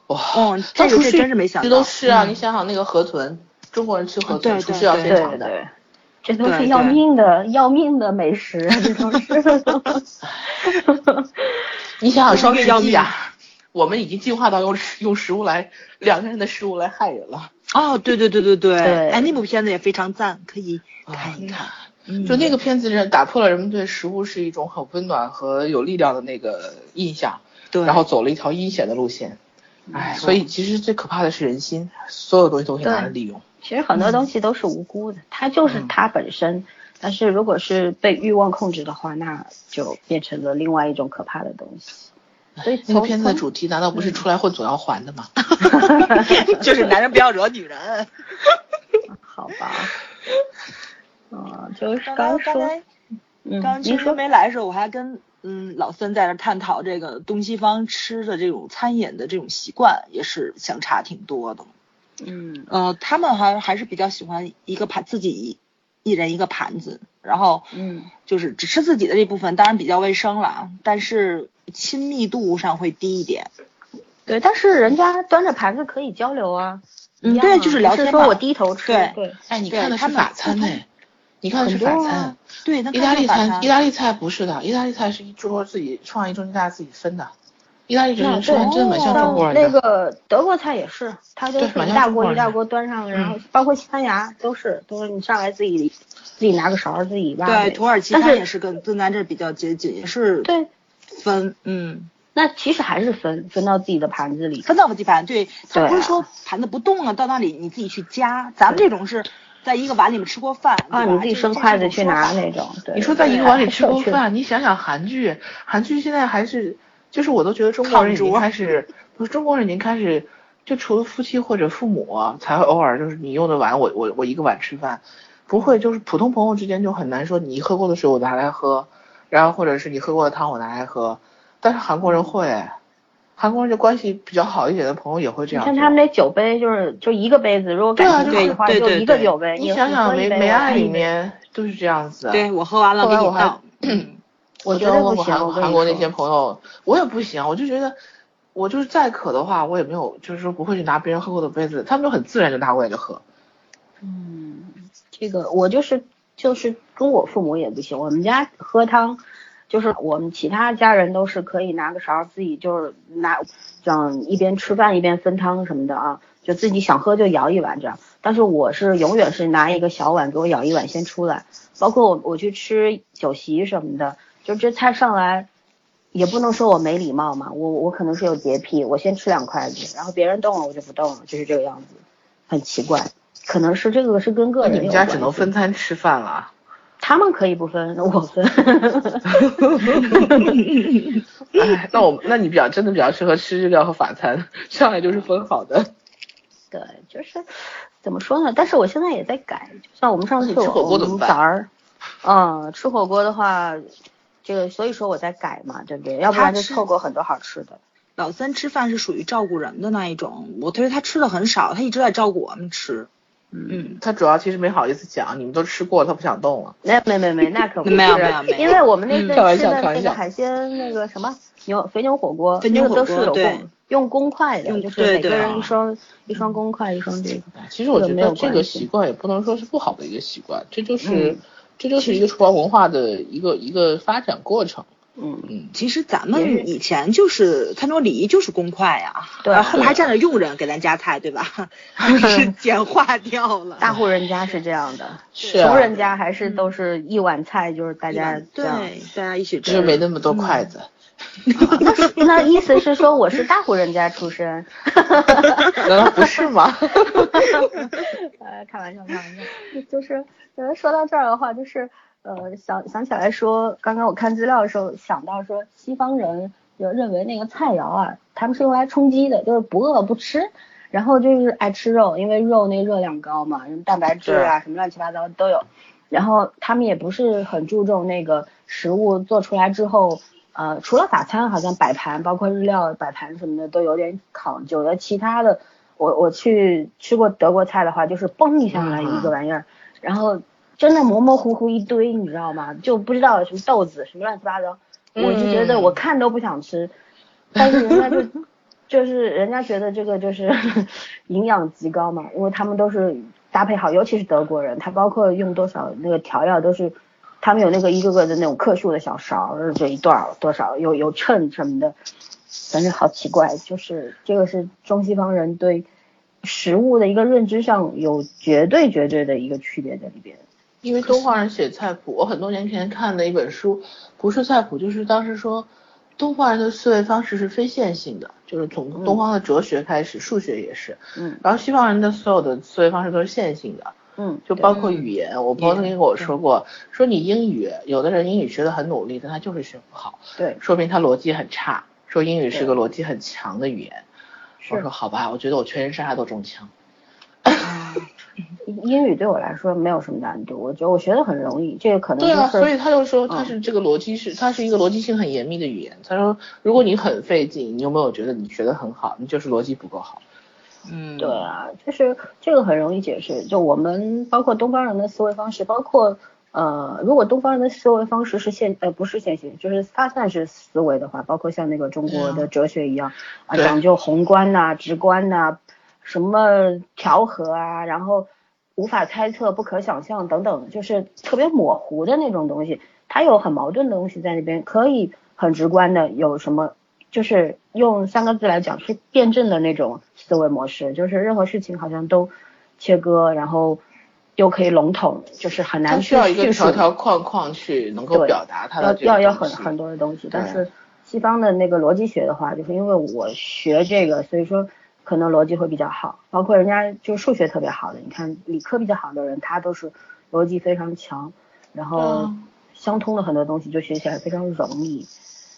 哇，
哦，这
当
个
厨
这
师
真是没想
这
到。
都是啊，
嗯
你想想那个河豚，中国人吃河豚，
对
厨
对
师要
对
现
对
场
对
的。
对，这都是
对
要
对
命的要命的美食，这都是。
你想想双
这
十
个要
一
命
呀，我们已经进化到用食用食物来两个人的食物来害人了。
哦，对对对对对，
对
哎，那部片子也非常赞，可以
啊
看一看。嗯
就那个片子，人打破了人们对食物是一种很温暖和有力量的那个印象，
对，
然后 走了一条阴险的路线。哎，所以其实最可怕的是人心，所有东西都可以拿来利用。
嗯
其实很多东西都是无辜的，它就是它本身。
但是如果是被欲望控制的话，那就变成了另外一种可怕的东西。所以
那个
从
片子的
从
主题难道
嗯
不是出来混总要还的吗？
就是男人不要惹女人。
好 吧，嗯，就是
刚
刚
刚
说
刚，才
嗯
刚，刚
您
青
说
春，没来的时候，我还跟嗯老孙在那探讨这个东西方吃的这种餐饮的这种习惯，也是相差挺多的。
嗯
呃，他们还还是比较喜欢一个盘自己一一人一个盘子，然后
嗯
就是只吃自己的这部分，当然比较卫生了，但是亲密度上会低一点。
对，但是人家端着盘子可以交流啊。
嗯
一样
对
啊
就是
不
聊天
说
嘛
我低头吃，
对
对，
哎，你
对
看的是
他们
法餐
他
哎，你看的是
很多
法
啊
餐，
对，那
意大利
餐
餐，意大利菜不是的，意大利菜是一桌自己创意中间大家自己分的，意大利只是
那哦
吃完真的蛮像中国人的。
那个德国菜也是，它都
对
是
蛮
一
像
大
中
锅
国
一大
人
锅端上来，然后
嗯
包括西班牙都是，都是你上来自己自己拿个勺儿自己挖呗。
对土耳其
但
餐
是
也是跟跟咱这比较接近，也是
对，
分嗯。
那其实还是分分到自己的盘子里。
分到地盘，对，它
对
不是
啊
说盘子不动啊了，到那里你自己去夹。咱们这种是在一个碗里面吃过饭
啊，
对吧
你自己
这
伸
这
筷
是
子
一种
去
说
拿
法
那种，对。
你说在一个碗里吃过
还是有趣，
饭，你想想韩剧，韩剧现在还是，就是我都觉得中国人已经
躺着
开始，不是中国人已经开始，就除了夫妻或者父母才会偶尔就是你用的碗，我我我一个碗吃饭，不会就是普通朋友之间就很难说你喝过的水我拿来喝，然后或者是你喝过的汤我拿来喝，但是韩国人会，韩国人就关系比较好一点的朋友也会这
你
样
看
做。
他们那酒杯就是就一个杯子，如果
对啊
感情
对
好的话
对
就
对
一个
对
酒杯，
你
你
想
喝
想
一
没
杯
没
我
爱
干一
里
杯
面都是这样子。
对我喝完了
后
给
来我
你
还
倒，
我
我
觉
觉
得
得
我
不行
韩
我跟
韩
你
国那
说
些朋友，我也不行，我就觉得我就是再渴的话，我也没有，就是说不会去拿别人喝过的杯子，他们就很自然就拿过来就喝。
嗯，这个我就是就是跟我父母也不行，我们家喝汤，就是我们其他家人都是可以拿个勺儿自己就是拿，这样一边吃饭一边分汤什么的啊，就自己想喝就舀一碗这样。但是我是永远是拿一个小碗给我舀一碗先出来，包括我我去吃酒席什么的，就这菜上来。也不能说我没礼貌嘛，我我可能是有洁癖，我先吃两筷子，然后别人动了我就不动了，就是这个样子，很奇怪。可能是这个是跟个
那
人
你
有
们家
关
只能
系，
分餐吃饭了啊。
他们可以不分，我分。
哎，那我那你比较真的比较适合吃日料和法餐，上来就是分好的。
对，就是怎么说呢？但是我现在也在改，就像我们上
那你
次
吃
我
火锅
我
怎么
们
办
早儿，嗯，吃火锅的话，这个所以说我在改嘛，对不对？要不
他
然就
吃
错过很多好吃的。
老三吃饭是属于照顾人的那一种，我觉得他吃的很少，他一直在照顾我们吃。嗯，
他主要其实没好意思讲，你们都吃过，他不想动了。
那没没没，那可不是，
没有没有没有
因为我们那
嗯
顿
开玩
吃
笑
的
开玩
那个
笑
海鲜那个什么牛肥牛火锅，
肥牛
那个都
火
是
锅
有
对
公用公筷的，
用
就是
对
每个
对
人
啊
一双一双公筷，一双这个。
哎其实我
这
觉
个没有
得这个
关系
习惯也不能说是不好的一个习惯，这就是、
嗯
这就是一个厨房文化的一个一个发展过程。
嗯，
嗯，
其实咱
也是
们以前就是餐桌礼仪就是公筷呀、
对啊
然后后来还占着佣人给咱夹 菜，对吧？还是简化掉了。
大户人家是这样的，
是啊
穷人家还是都是一碗菜，就是大家这
嗯对
样。，
大家一起
就
吃
是。没那 么
嗯
多筷子。
那是 那意思是说我是大户人家出身，
难道不是吗？
呃，开玩笑，开玩笑，就是呃，说到这儿的话，就是呃，想想起来说，刚刚我看资料的时候想到说，西方人就认为那个菜肴啊，他们是用来充饥的，就是不饿不吃，然后就是爱吃肉，因为肉那个热量高嘛，什么蛋白质啊，什么乱七八糟的都有。然后他们也不是很注重那个食物做出来之后，呃，除了法餐好像摆盘，包括日料摆盘什么的都有点考究的，其他的我我去吃过德国菜的话，就是嘣一下来一个玩意儿，然后真的模模糊糊一堆，你知道吗？就不知道有什么豆子什么乱七八糟，我就觉得
嗯
我看都不想吃，但是人家就就是人家觉得这个就是 营养极高嘛，因为他们都是搭配好，尤其是德国人，他包括用多少那个调料都是，他们有那个一个个的那种克数的小勺儿，这一段儿多少有有秤什么的，反正好奇怪，就是这个是中西方人对食物的一个认知上有绝对绝对的一个区别在里边。
因为东方人写菜谱，我很多年前看的一本书，不是菜谱，就是当时说东方人的思维方式是非线性的，就是从
嗯
东方的哲学开始，数学也是，
嗯
然后西方人的所有的思维方式都是线性的，
嗯，
就包括语言，我朋友曾经跟我说过，说你英语，有的人英语学得很努力，但他就是学不好，
对，
说明他逻辑很差，说英语是
对
个逻辑很强的语言。我说好吧，我觉得我全身上下都中枪。
英语对我来说没有什么难度，我觉得我学的很容易，这个可能
对
就
啊，
是
所以他就说
嗯
他是这个逻辑是，它是一个逻辑性很严密的语言。他说，如果你很费劲，你有没有觉得你学得很好，你就是逻辑不够好？
嗯，
对啊，就是这个很容易解释。就我们包括东方人的思维方式，包括呃，如果东方人的思维方式是线呃不是线性，就是发散式思维的话，包括像那个中国的哲学一样啊，
对
讲究宏观呐、直观呐、什么调和啊，然后无法猜测、不可想象等等，就是特别模糊的那种东西。它有很矛盾的东西在那边，可以很直观的有什么，就是用三个字来讲去辩证的那种思维模式，就是任何事情好像都切割，然后又可以笼统，就是很
他
难
需要
去
一个
叙述
条条框框去能够
对
表达他
要
的这个
要要
东
很
西
很多的东
对
西，但是西方的那个逻辑学的话，就是因为我学这个，所以说可能逻辑会比较好，包括人家就数学特别好的，你看理科比较好的人，他都是逻辑非常强，然后
嗯
相通的很多东西就学起来非常容易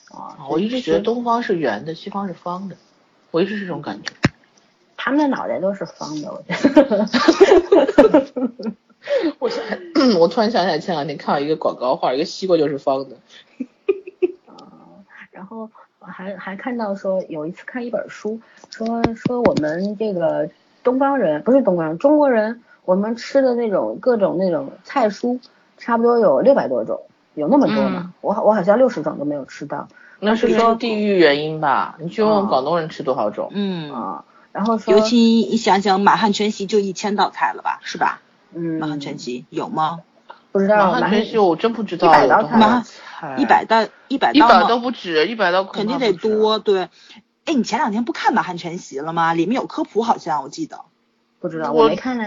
啊
啊。
所
我
以
一直
其
觉得
实
东方是圆的，西方是方的，我一直是这种感觉。
他们的脑袋都是方的，我觉得。
我想， 我突然想起来前两天看到一个广告画，一个西瓜就是方的。
然后我还还看到说，有一次看一本书，说说我们这个东方人不是东方人，中国人，我们吃的那种各种那种菜蔬，差不多有六百多种，有那么多
嗯
吗？我好我好像六十种都没有吃到
那是
是
说
说
地域原因吧？你去问问
哦
广东人吃多少种？
嗯，
啊、然后说，
尤其你想想满汉全席就一千道菜了吧，是吧？
嗯，
满汉全席有吗？
不知道
满汉全席我真不知道
100
有
道
多
菜
少
满
菜，
一百道一百
哎一
道
百
吗
都不止，一百道
肯
恐怕
定得
不啊止。
多，对。哎，你前两天不看《满汉全席》了吗？里面有科普，好像我记得，
不知道
我
我没看呢，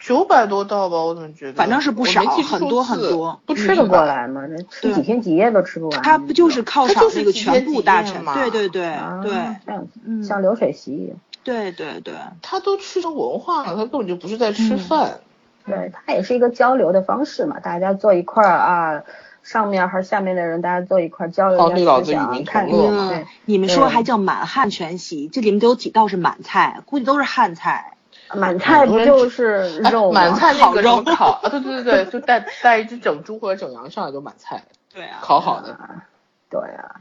九百多道吧，我怎么觉得？
反正是不
我没
少
记住
很多
数
很
字
多
不吃
吃
得
得过
过来。
来吗？那吃
对
几天几夜都吃不完。
他不就是靠
嗯它
赏
就是
那个
几天
全
几
部大
夜
臣？
嘛
对对对
啊
对，
这样子
嗯
像流水席一样。
对对对，
他都吃成文化了，他根本就不是在吃饭。
嗯
对，它也是一个交流的方式嘛，大家坐一块儿啊，上面还是下面的人，大家坐一块儿交流
哦
一
那
下
老
思
子与
想，
民
看
同乐嘛
对
嗯，你们说
对
还叫满汉全席，这里面都有几道是满菜，估计都是汉菜。
满菜不就是
哎
肉吗？
满菜那
烤
个什么
肉
烤 啊，对对对对，就带带一只整猪或者整羊上来就满菜，
对啊，
烤好 的。
对
嗯
啊，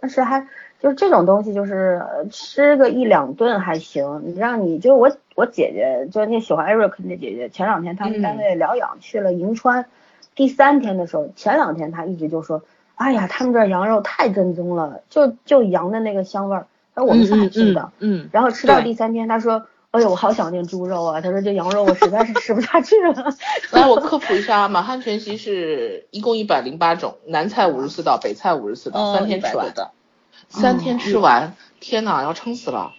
但是还就是这种东西，就是呃吃个一两顿还行。你让你就是我我姐姐，就是那喜欢 Eric 那姐姐，前两天他们单位疗养去了银川，第三天的时候，前两天她一直就说，哎呀，他们这儿羊肉太正宗了，就就羊的那个香味儿，哎，我们是爱吃的。
嗯，
然后吃到
对
第三天，他说。哎呦，我好想念猪肉啊！他说这羊肉我实在是吃不下去了。
来，我科普一下啊，满汉全席是一共一百零八种，南菜五十四道，北菜五十四道，
哦
三天
100
吃
多嗯
完的，三天吃完，天哪，要撑死了，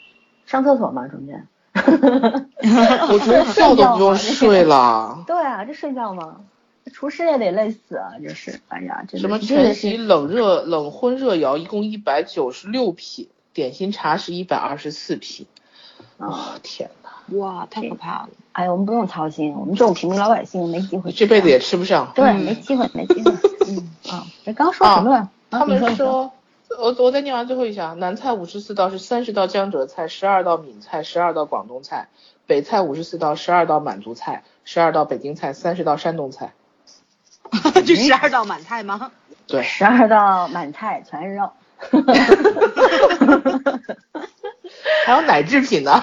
上厕所嘛，中间。
我 觉得觉都不用睡了。
对啊，这睡觉吗？厨师也得累死啊！这是，哎呀，真的
什么
是这
全
个
席
是
冷热冷荤热肴一共一百九十六品，点心茶是一百二十四品。
啊、
哦天哪，
哇，太可怕了。
哎呀，我们不用操心，我们这种平民老百姓没机会
你
吃
这
啊。
辈子也吃不上。
对，
嗯
没机会，没 机会。嗯啊，这刚说什么了？啊
他们
你说，你说
说，我我再念完最后一条，南菜五十四道是三十道江浙菜，十二道闽菜，十二道广东菜，北菜五十四道，十二道满族菜，十二道北京菜，三十道山东菜。嗯
这十二道满菜吗？
对，
十二道满菜全是肉。
还有奶制品呢，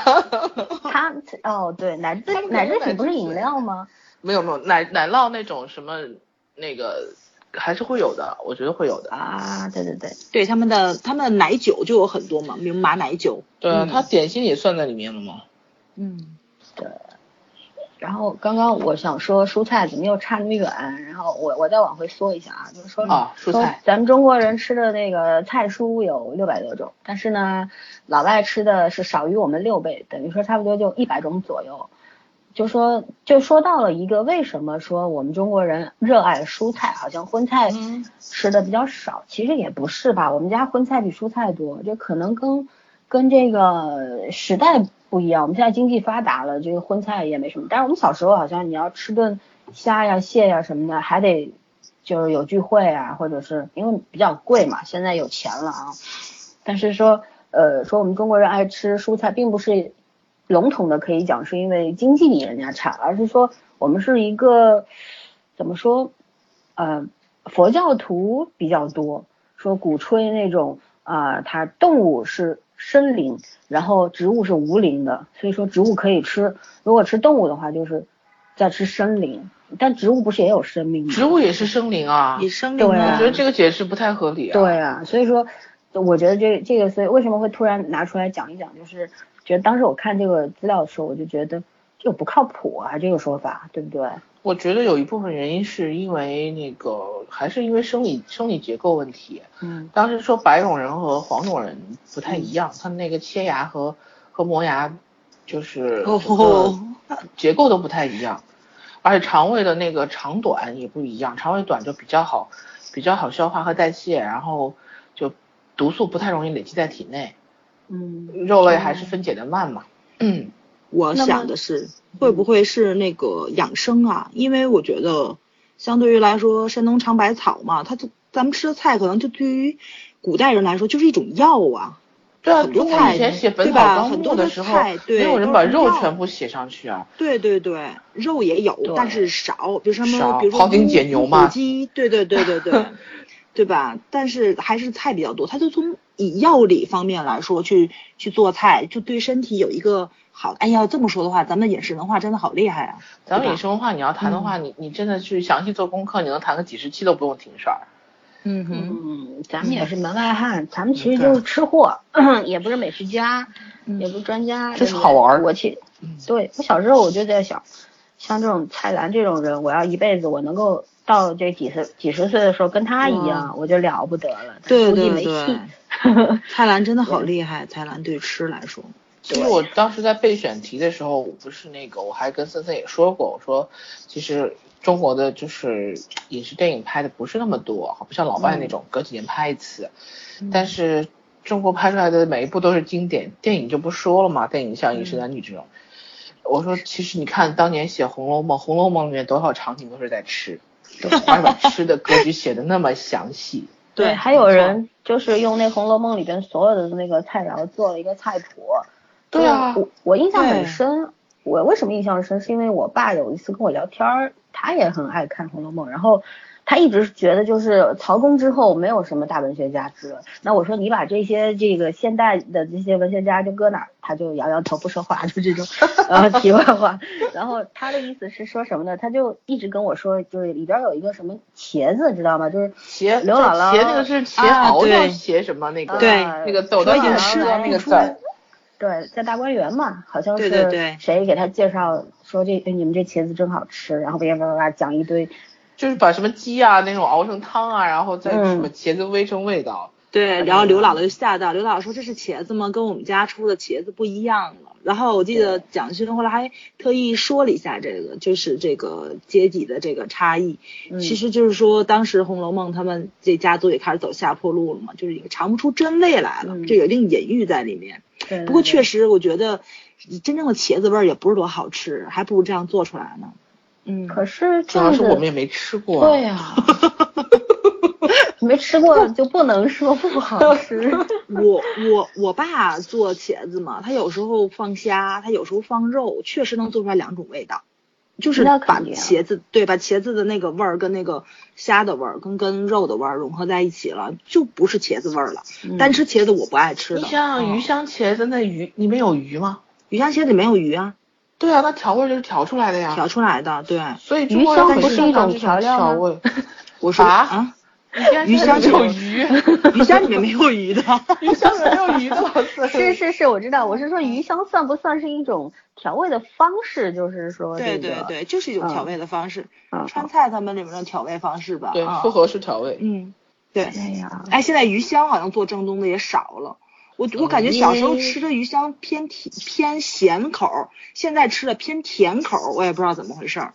他哦，对，奶制
他们可
奶
能
制
奶
品不是
制
饮
品
料吗？
没有没有奶奶酪那种什么那个还是会有的，我觉得会有的。
啊，对对对，
对，他们的他们的奶酒就有很多嘛，明麻奶酒。
对啊，
嗯
它点心也算在里面了吗？
嗯，
然后刚刚我想说蔬菜怎么又差那么远，然后我我再往回缩一下啊，就是说
啊蔬菜
说咱们中国人吃的那个菜蔬有六百多种，但是呢，老外吃的是少于我们六倍，等于说差不多就一百种左右。就说就说到了一个为什么说我们中国人热爱蔬菜，好像荤菜
嗯
吃的比较少，其实也不是吧，我们家荤菜比蔬菜多，这可能跟跟这个时代不一样。我们现在经济发达了，这个荤菜也没什么。但是我们小时候好像你要吃顿虾呀、蟹呀什么的，还得就是有聚会啊，或者是因为比较贵嘛，现在有钱了啊。但是说，呃，说我们中国人爱吃蔬菜，并不是笼统的可以讲是因为经济比人家差，而是说我们是一个怎么说，呃，佛教徒比较多，说鼓吹那种啊、它动物是生灵，然后植物是无灵的，所以说植物可以吃，如果吃动物的话，就是在吃生灵，但植物不是也有生命吗？
嗯植物也是生灵啊，
你生
对
病
我
啊
了
觉得这个解释不太合理啊。
对啊，所以说，我觉得这这个，所以为什么会突然拿出来讲一讲，就是觉得当时我看这个资料的时候，我就觉得这个不靠谱啊，这个说法，对不对？
我觉得有一部分原因是因为那个，还是因为生理生理结构问题。
嗯
当时说白种人和黄种人不太一样，他们那个切牙和和磨牙就是
哦
整个结构都不太一样，而且肠胃的那个长短也不一样，肠胃短就比较好比较好消化和代谢，然后就毒素不太容易累积在体内，
嗯，
肉类还是分解的慢嘛。嗯，
我
那么
想的是，会不会是那个养生啊？因为我觉得，相对于来说，山东尝百草嘛，它就咱们吃的菜，可能就对于古代人来说，就是一种药啊。
对啊，
很多
中国
菜
以前写《本
对
草
吧
纲
很
目》
多
的
的
时候
菜，对
没有人
都
把
是
肉
药
全部写上去啊。
对对对，肉也有，
对
但是少，比如什么，
少
比如说
庖丁
乌
解牛嘛
乌骨鸡，对对对 对对，对吧？但是还是菜比较多，它就从以药理方面来说去去做菜，就对身体有一个好。哎呀，这么说的话，咱们饮食文化真的好厉害啊！
咱们
对吧嗯
饮食文化你要谈的话，你你真的去详细做功课，你能谈个几十期都不用停事儿。
嗯哼，
嗯，咱们也是门外汉，咱们其实
对
就是吃货， 也不是美食家，
嗯
也不是专家，
就
对
是
不对
好玩儿
我去，对我小时候我就在想，像这种蔡澜这种人，我要一辈子我能够到这几十几十岁的时候跟他一样，我就了不得了。但
对
估计
对
没戏
对， 蔡澜真的好厉害，蔡澜对吃来说，
其实我当时在备选题的时候，我不是那个，我还跟森森也说过，我说其实中国的就是影视电影拍的不是那么多，好不像老外那种、隔几年拍一次，但是中国拍出来的每一部都是经典，电影就不说了嘛，电影像《饮食男女》这种。我说，其实你看当年写《红楼梦》，《红楼梦》里面多少场景都是在吃，而且把吃的格局写的那么详细。
对
还有人就是用那《红楼梦》里边所有的那个菜肴做了一个菜谱。
对啊，
我我印象
对
很深。我为什么印象深？是因为我爸有一次跟我聊天儿，他也很爱看《红楼梦》，然后他一直觉得就是曹公之后没有什么大文学家之了。那我说你把这些这个现代的这些文学家就搁哪儿？他就摇摇头不说话，就 这种呃题外话。然后他的意思是说什么呢？他就一直跟我说，就是里边有一个什么茄子，知道吗？就是
茄
刘姥姥啊
茄那个是茄
啊
熬的
对
茄什么那个
对
那个豆
我
豆
已经
也
吃
吃
了
那个
出
字儿
来，
对，在大观园嘛，好像
对对对
是谁给他介绍说这哎你们这茄子真好吃，然后别叭叭叭讲一堆，
就是把什么鸡啊那种熬成汤啊，然后再
嗯
什么茄子煨成味道。
对，然后刘姥姥就吓到，刘姥姥说这是茄子吗？跟我们家出的茄子不一样了。然后我记得蒋勋后来还特意说了一下这个，就是这个阶级的这个差异，
嗯
其实就是说当时《红楼梦》他们这家族也开始走下坡路了嘛，就是一个尝不出真味来了，
嗯
这有一定隐喻在里面。
对对
不过
对
确实，我觉得真正的茄子味儿也不是多好吃，还不如这样做出来呢。嗯，
可是
主
这
要
样
是
子，
我们也没吃过。啊
对呀、 没吃过就不能说不 好吃，
我我我爸做茄子嘛，他有时候放虾，他有时候放肉，确实能做出来两种味道，就是
那
把
肯定啊
茄子对把茄子的那个味儿跟那个虾的味儿跟跟肉的味儿融合在一起了，就不是茄子味儿了。
嗯
单吃茄子我不爱吃
你
的，
想想
嗯
鱼香茄子那鱼里面有鱼吗？
鱼香茄子里没有鱼啊，
对啊，那调味就是调出来的呀。
调出来的。对，
所以中国人
鱼香
很
不是
擅
一
长
种
这
调料吗
调 味。
我说
啊
啊，
鱼
香
没
这
有
种
鱼，
鱼香里面没 有鱼的。
鱼香里没有鱼的老师。
是是是，我知道，我是说鱼香算不算是一种调味的方式？就是说这
对
个，
对对，就是一种调味的方式，
嗯，
川菜他们里面的调味方式吧。
对
啊，
复合式调味。
嗯，对。
哎呀，
哎，现在鱼香好像做正宗的也少了。我我感觉
嗯
小时候
因为
吃的鱼香偏甜偏咸口儿，现在吃的偏甜口儿，我也不知道怎么回事儿。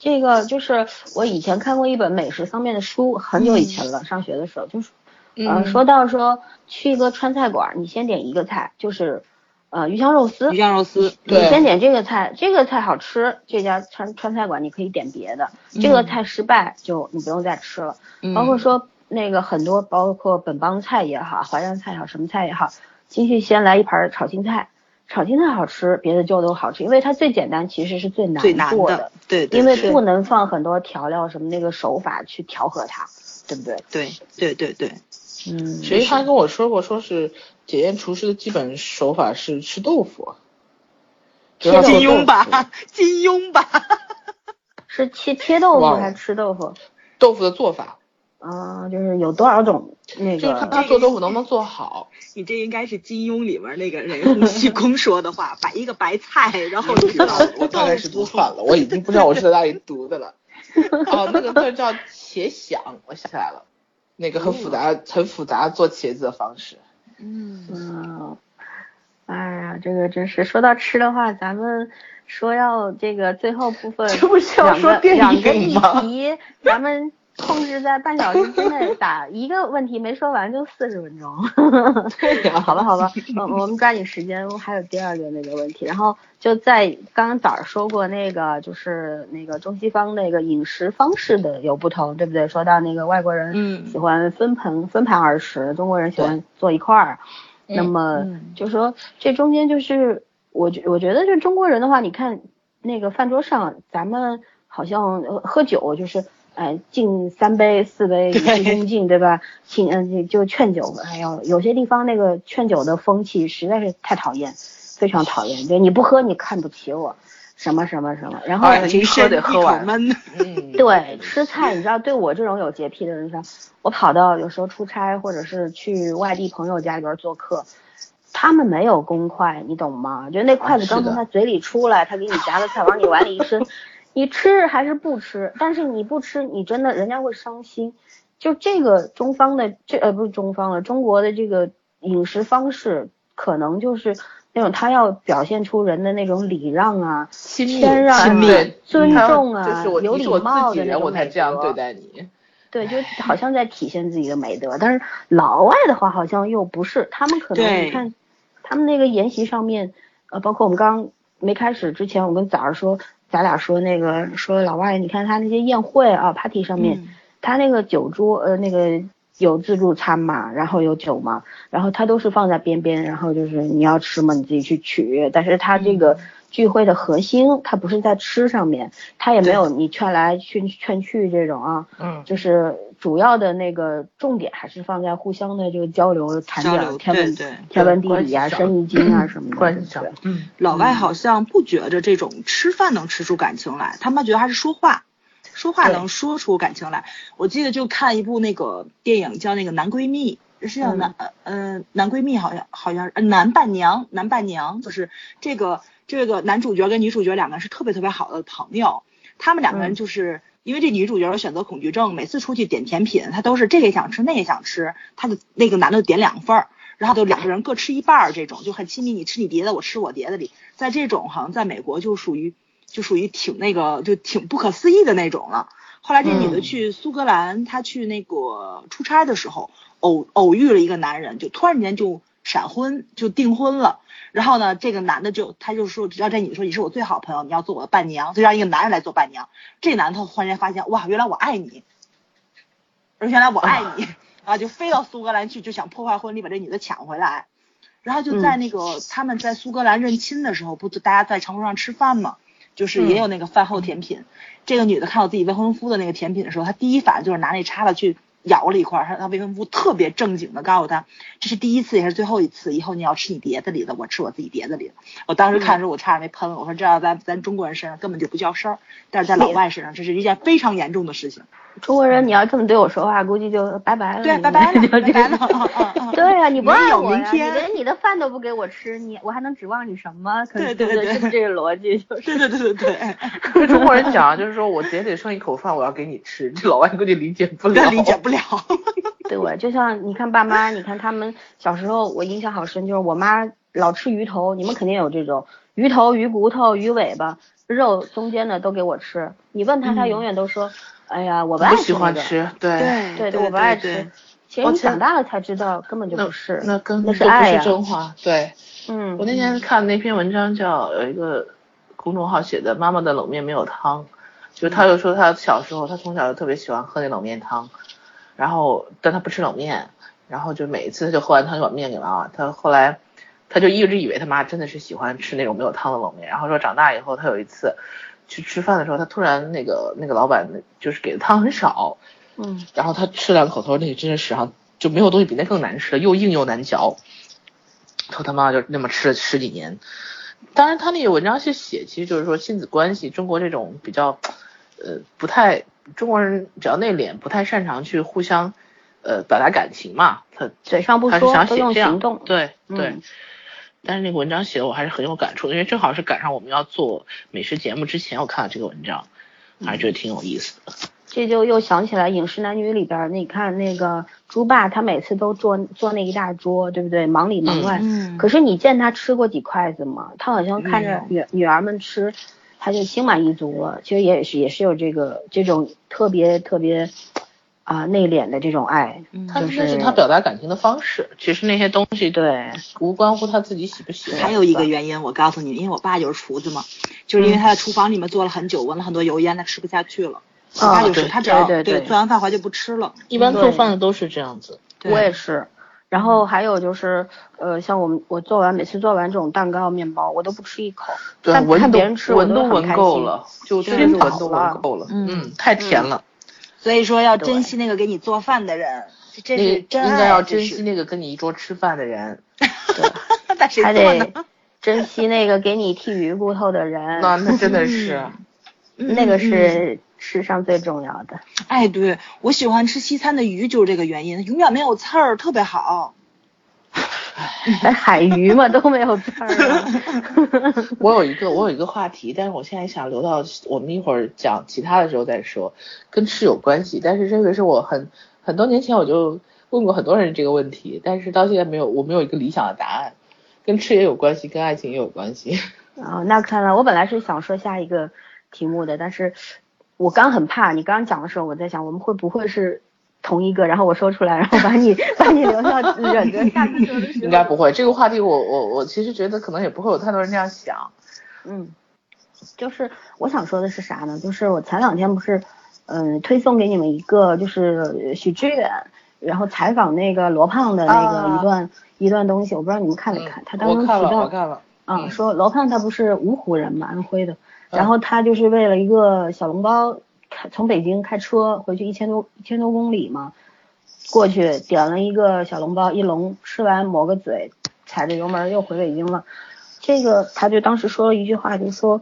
这个就是我以前看过一本美食方面的书，很久以前了，上学的时候就是。呃，
嗯
说到说去一个川菜馆儿，你先点一个菜，就是呃鱼香肉丝
鱼。香肉丝，
你
对
先点这个菜，这个菜好吃，这家川川菜馆你可以点别的。这个菜失败就你不用再吃了。
嗯
包括说那个很多，包括本帮菜也好，淮扬菜也好，什么菜也好，进去先来一盘炒青菜，炒青菜好吃，别的就都好吃，因为它最简单，其实是最难
最难
做
的，对对
因为
对
不能放很多调料什么那个手法去调和它，对不对？
对对对对，
嗯，
谁他跟我说过，说是检验厨师的基本手法是吃豆腐，啊
切
主要
豆
是
金
腐
庸吧，金庸吧，
是切切豆腐
忘了
还是吃豆腐？
豆腐的做法，
啊、就是有多少种那
就是看
个
他做豆腐能不能做好。
你这应该是金庸里面那个人洪七公说的话，把一个白菜，然后煮到
我大概是
豆
读
腐
反，了，我已经不知道我是在哪里读的了。哦，那个字叫茄想，我想起来了，那个很复杂、很复杂做茄子的方式。
嗯，
嗯，哎呀，这个真是说到吃的话，咱们说要这个最后部分
这不是要
两
说
个
电
两个
影
议
吗
题，咱们控制在半小时之内，打一个问题没说完就四十分钟。
对呀、
好吧，好吧，嗯我我们抓紧时间，我还有第二个那个问题，然后就在刚刚早上说过那个，就是那个中西方那个饮食方式的有不同，对不对？说到那个外国人
嗯
喜欢分盆、分盘而食，中国人喜欢坐一块儿，那么
嗯
就说这中间就是我觉我觉得就中国人的话，你看那个饭桌上咱们好像呃喝酒就是。哎，敬三杯四杯以示恭敬，对吧？请嗯，就就劝酒。哎呦，有些地方那个劝酒的风气实在是太讨厌，非常讨厌。对，你不喝你看不起我，什么什么什么。然后、
哎
一身
得
一
喝
口
完
闷，
嗯，
对吃 菜，你知道，对我这种有洁癖的人说，我跑到有时候出差或者是去外地朋友家里边做客，他们没有公筷，你懂吗？就那筷子
是
刚从
的
他嘴里出来，他给你夹个菜往你碗里一 伸，你吃还是不吃？但是你不吃，你真的人家会伤心。就这个中方的这呃不是中方了，中国的这个饮食方式，可能就是那种他要表现出人的那种礼让啊，
亲密
谦让啊
亲密
尊
他
重啊
就是我
有
你是
礼
我
貌
自己
的那
人，
种
我才
美
这样
德
对待你。
对，就好像在体现自己的美德，但是老外的话好像又不是，他们可能
对
你看，他们那个研习上面，呃，包括我们刚没开始之前，我跟早儿说，咱俩说那个说老外，你看他那些宴会啊，party 上面，
嗯
他那个酒桌呃那个有自助餐嘛，然后有酒嘛，然后他都是放在边边，然后就是你要吃嘛你自己去取，但是他这
嗯
个聚会的核心，他不是在吃上面，他也没有你劝来劝劝去这种啊。
嗯，
就是主要的那个重点还是放在互相的这个交流、谈
交
点
流
儿天文
对对
天文
对
地理
关
啊、
系上
生意经啊什 么的，
关系上
对，
嗯，
老外好像不觉着这种吃饭能吃出感情来，他们觉得还是说话，说话
对
能说出感情来。我记得就看一部那个电影叫那个《男闺蜜》，是叫男嗯、呃、男闺蜜好像好像呃男伴娘男伴娘，就是这个这个男主角跟女主角两个人是特别特别好的朋友，他们两个人就是。因为这女主角有选择恐惧症，每次出去点甜品，她都是这个也想吃，那个也想吃，她就那个男的点两份儿，然后就两个人各吃一半儿，这种就很亲密，你吃你碟的，我吃我碟的里，在这种好像在美国就属于就属于挺那个就挺不可思议的那种了。后来这女的
嗯
去苏格兰，她去那个出差的时候，偶偶遇了一个男人，就突然间就闪婚，就订婚了。然后呢，这个男的就他就说，只要这女的说你是我最好朋友，你要做我的伴娘，就让一个男人来做伴娘。这男的忽然间发现，哇，原来我爱你，而原来我爱你，啊，就飞到苏格兰去，就想破坏婚礼，把这女的抢回来。然后
嗯
就在那个、他们在苏格兰认亲的时候，不就大家在长桌上吃饭嘛，就是
嗯
也有那个饭后甜品。这个女的看到自己未婚夫的那个甜品的时候，她第一反应就是拿那叉子去咬了一块儿。她她未婚夫特别正经的告诉她，这是第一次也是最后一次，以后你要吃你碟子里的，我吃我自己碟子里的。我当时看的时候，我差点没喷了，我说这要在咱中国人身上根本就不叫事儿，但是在老外身上，这是一件非常严重的事情。
中国人你要这么对我说话，估计就拜拜了，
对，
你
拜拜 了，
就
拜
这
拜
样
了。嗯嗯嗯
对呀、你不
没
爱
有
我
明
呀，你
天
连你的饭都不给我吃，你我还能指望你什么？可
对
对
对
不
对
是不是这个逻辑？就是
对对对 对对，
跟中国人讲啊就是说我碟里剩一口饭，我要给你吃，这老外估计理解不了
但。理解不了。
对，就像你看爸妈，你看他们小时候，我印象好深，就是我妈老吃鱼头，你们肯定有这种鱼头、鱼骨头、鱼尾巴，肉中间的都给我吃。你问他，他永远都说，哎呀，我不爱
嗯不
吃、
喜欢，吃，对。
对
对
我不爱
对
吃。其实
我
你
前
长大了才知道，根本就
那
不是，
那根
那
本
是
就不
爱
是啊
呀、
真话，对，
嗯，
我那天看那篇文章叫有一个公众号写的《妈妈的冷面没有汤》，就他就说他小时候他从小就特别喜欢喝那冷面汤，然后但他不吃冷面，然后就每一次他就喝完汤就把面给妈妈，他后来他就一直以为他妈真的是喜欢吃那种没有汤的冷面，然后说长大以后他有一次去吃饭的时候，他突然那个那个老板就是给的汤很少，
嗯，
然后他吃两口，他说那个真是史上就没有东西比那更难吃了，又硬又难嚼。他他妈就那么吃了十几年。当然，他那个文章是写，其实就是说亲子关系，中国这种比较，呃，不太中国人比较内敛，不太擅长去互相，呃，表达感情嘛。他
嘴上不
他是
说，
想
都
写
用
这样
行动。
对对。
嗯
但是那个文章写的我还是很有感触的，因为正好是赶上我们要做美食节目之前，我看了这个文章，还是觉得挺有意思的。
这就又想起来《饮食男女》里边儿，你看那个猪爸，他每次都做做那一大桌，对不对？忙里忙外。
嗯
可是你见他吃过几筷子吗？他好像看着女、女儿们吃，他就心满意足了。其实也是也是有这个这种特别特别啊、内敛的这种爱。
嗯
他
就
那是
是
他表达感情的方式，其实那些东西
对，
无关乎他自己喜不喜欢。
还有一个原因，我告诉你，因为我爸就是厨子嘛，就是因为他在厨房里面做了很久，闻了很多油烟，他吃不下去了。我
啊
爸就是
对
他只要
对对对
做完饭回来就不吃了。
一般做
对
饭的都是这样子。
对
我也是。然后还有就是，呃，像我们我做完每次做完这种蛋糕、面包，我都不吃一口，看
闻
看
都
别人吃，我
闻
都
都
很
闻
开
够
心
了，就
对
真闻
就饱
都闻
了
够了。
嗯
嗯，太甜了，
所以说要
对
珍惜那个给你做饭的人，这这
那
是
应
真爱。啊
该要
这
珍
是
惜。 那个跟你一桌吃饭的人。
那谁
还
做呢
得？ 珍惜那个给你剔鱼骨头的人，
那那真的 是，
嗯
那个
嗯
是世上最重要的。
哎，对我喜欢吃西餐的鱼就是这个原因，永远没有刺儿，特别好。
海鱼嘛都没有字儿啊，
我有一个我有一个话题，但是我现在想留到我们一会儿讲其他的时候再说，跟吃有关系。但是这个是我很很多年前我就问过很多人这个问题，但是到现在没有我没有一个理想的答案，跟吃也有关系，跟爱情也有关系。
啊、那看来我本来是想说下一个题目的，但是我刚很怕你刚刚讲的时候，我在想我们会不会是同一个，然后我说出来，然后把你把你留 到忍着下次说的时候。
应该不会，这个话题我我我其实觉得可能也不会有太多人这样想。
嗯，就是我想说的是啥呢？就是我前两天不是，嗯、推送给你们一个，就是呃许知远，然后采访那个罗胖的那个
啊
一段、一段东西，我不知道你们看没
嗯
看。他当时
我
提
看了，
到
我看了。
啊、
嗯
说罗胖他不是芜湖人嘛，安徽的，
嗯
然后他就是为了一个小笼包，开从北京开车回去一千多一千多公里嘛，过去点了一个小笼包一笼，吃完抹个嘴，踩着油门又回北京了。这个他就当时说了一句话，就说，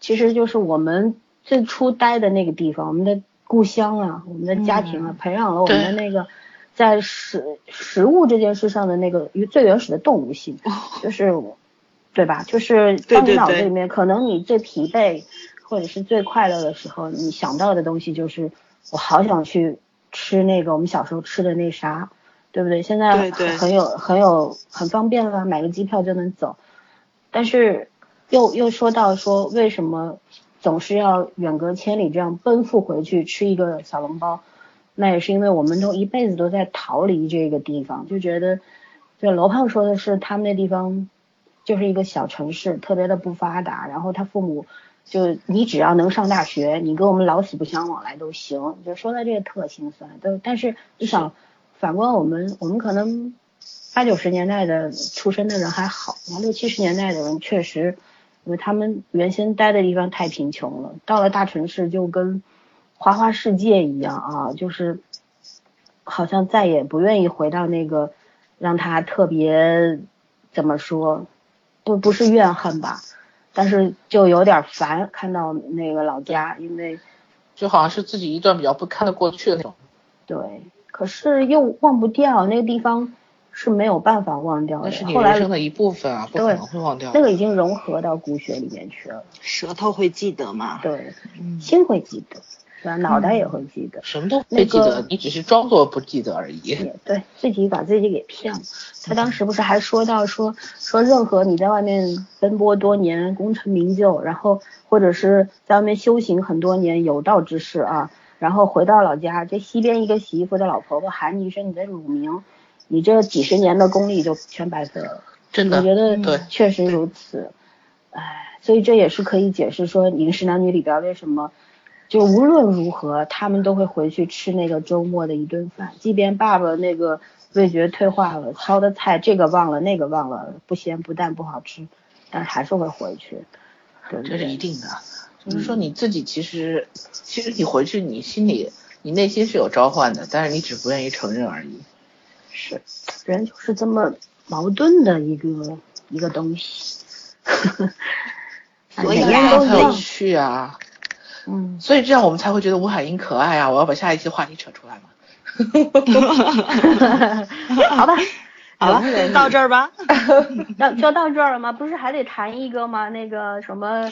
其实就是我们最初待的那个地方，我们的故乡啊，我们的
嗯
家庭啊，培养了我们的那个在食食物这件事上的那个最原始的动物性，
哦
就是我。对吧？就是
对
当你
对
脑子
对
里面，可能你最疲惫或者是最快乐的时候，你想到的东西就是我好想去吃那个我们小时候吃的那啥，对不对？现在
对对
很很有很有很方便了，买个机票就能走。但是又又说到说为什么总是要远隔千里这样奔赴回去吃一个小笼包，那也是因为我们都一辈子都在逃离这个地方，就觉得，就罗胖说的是他们那地方就是一个小城市，特别的不发达，然后他父母就你只要能上大学，你跟我们老死不相往来都行，就说到这个特心酸，都但是你想反观我们，我们可能八九十年代的出生的人还好，然后六七十年代的人确实，因为他们原先待的地方太贫穷了，到了大城市就跟花花世界一样啊，就是好像再也不愿意回到那个让他特别怎么说，不不是怨恨吧，但是就有点烦看到那个老家，因为。
就好像是自己一段比较不堪的过去的那种。
对，可是又忘不掉那个地方是没有办法忘掉
那
的。
是你
后
人
来
生的一部分啊，不可
对
能会忘掉
那。个已经融合到骨血里面去了。
舌头会记得吗？
对，
嗯
心会记得，对吧？脑袋也会记得。
什么都会记
那
得
个，
你只是装作不记得而已。
也对自己把自己给骗了。他当时不是还说到说说任何你在外面奔波多年、功成名就，然后或者是在外面修行很多年、有道之士啊，然后回到老家，这西边一个洗衣服的老婆婆喊你一声你的乳名，你这几十年的功力就全白费了。
真
我
的嗯
觉得
对
确实如此，哎，所以这也是可以解释说《饮食男女》里边为什么，就无论如何他们都会回去吃那个周末的一顿饭，即便爸爸那个味觉退化了，烧的菜这个忘了那个忘了，不咸不淡不好吃，但还是会回去。对不
这是
对
一定的。啊就是说你自己其实，其实你回去你心里你内心是有召唤的，但是你只不愿意承认而已。
是，人就是这么矛盾的一个一个东西。
所以
每
啊
个人
大家
都一
才有
样，
趣啊！
嗯，
所以这样我们才会觉得吴海英可爱啊！我要把下一期话题扯出来嘛。
好吧，
好了，到这儿吧。
那就到这儿了吗？不是还得谈一个吗？那个什么，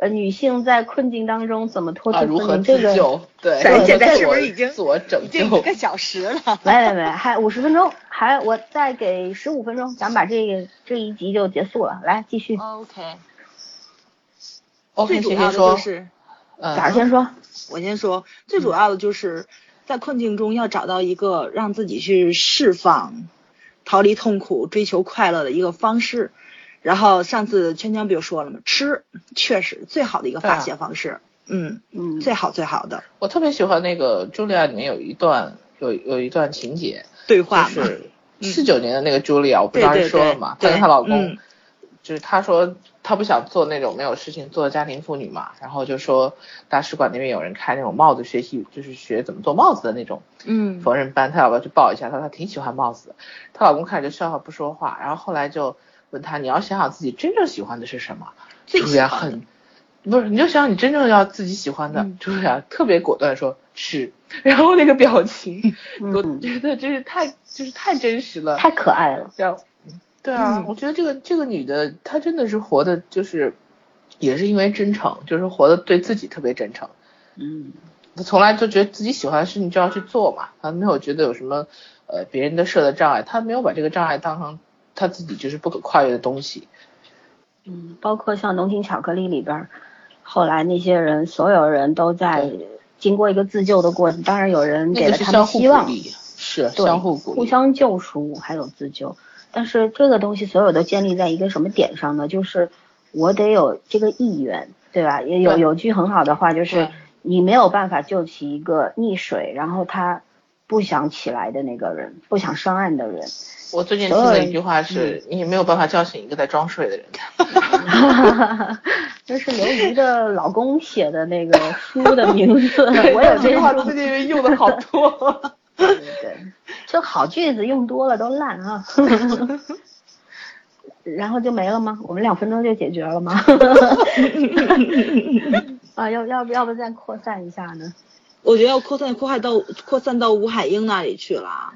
呃，女性在困境当中怎么脱
啊，
出
如何
困境？
自
这个
救？对，
咱现在
是不是已经
自我拯
已
救
经？一个小时 了，
没没没，还五十分钟，还我再给十五分钟，咱们把这个这一集就结束了。来，继续，
哦 OK，
OK，谁
最主
先
要的
说
就？是
嗯
早先说，
我先说，最主要的就是在困境中要找到一个让自己去释放、逃离痛苦、追求快乐的一个方式。然后上次圈圈不就说了吗？吃确实最好的一个
啊
发泄方式，嗯，
嗯，
最好最好的
我特别喜欢那个《茱莉亚》里面有一段有有一段情节，
对
就
话嘛，
是四九年的那个茱莉亚，我不
对
是当
对
时
对，
说了嘛，她
对
跟她老公
嗯
就是她说她不想做那种没有事情做的家庭妇女嘛，然后就说大使馆那边有人开那种帽子学习，就是学怎么做帽子的那种
嗯
缝纫班，她要不要去报一下？她说她挺喜欢帽子的，她老公开始就笑话不说话，然后后来就问她你要想想自己真正喜欢的是什么，
最
茱莉亚
喜欢的
很。不是，你就想想你真正要自己喜欢的
嗯，
茱莉亚特别果断地说吃， 然后那个表 情，我
嗯
觉得真是太就是太真实了，
太可爱了，
这样，对啊，
嗯
我觉得这个这个女的她真的是活的，就是也是因为真诚，就是活的对自己特别真诚。
嗯，
她从来就觉得自己喜欢的事情就要去做嘛，她没有觉得有什么呃别人的设的障碍，她没有把这个障碍当成她自己就是不可跨越的东西。
嗯，包括像《浓情巧克力》里边儿，后来那些人，所有人都在经过一个自救的过程，当然有人
那
给
个
了
是
他
相
们
互
希
鼓
望，
励，是
对，
相互鼓励，
互相救赎，还有自救。但是这个东西所有都建立在一个什么点上呢？就是我得有这个意愿，对吧？也有
对
有句很好的话，就是
对
你没有办法救起一个溺水，然后他不想起来的那个人，不想上岸的人。
我最近听的一句话是：你没有办法叫醒一个在装睡的人。
这是刘瑜的老公写的那个书的名 字，我有
这
这
句话
书。
最近用的好 多。
对对对，这好句子用多了都烂 啊。然后就没了吗？我们两分钟就解决了 吗？啊，要要不要不再扩散一下呢？
我觉得要扩散扩散到扩散到吴海英那里去了。啊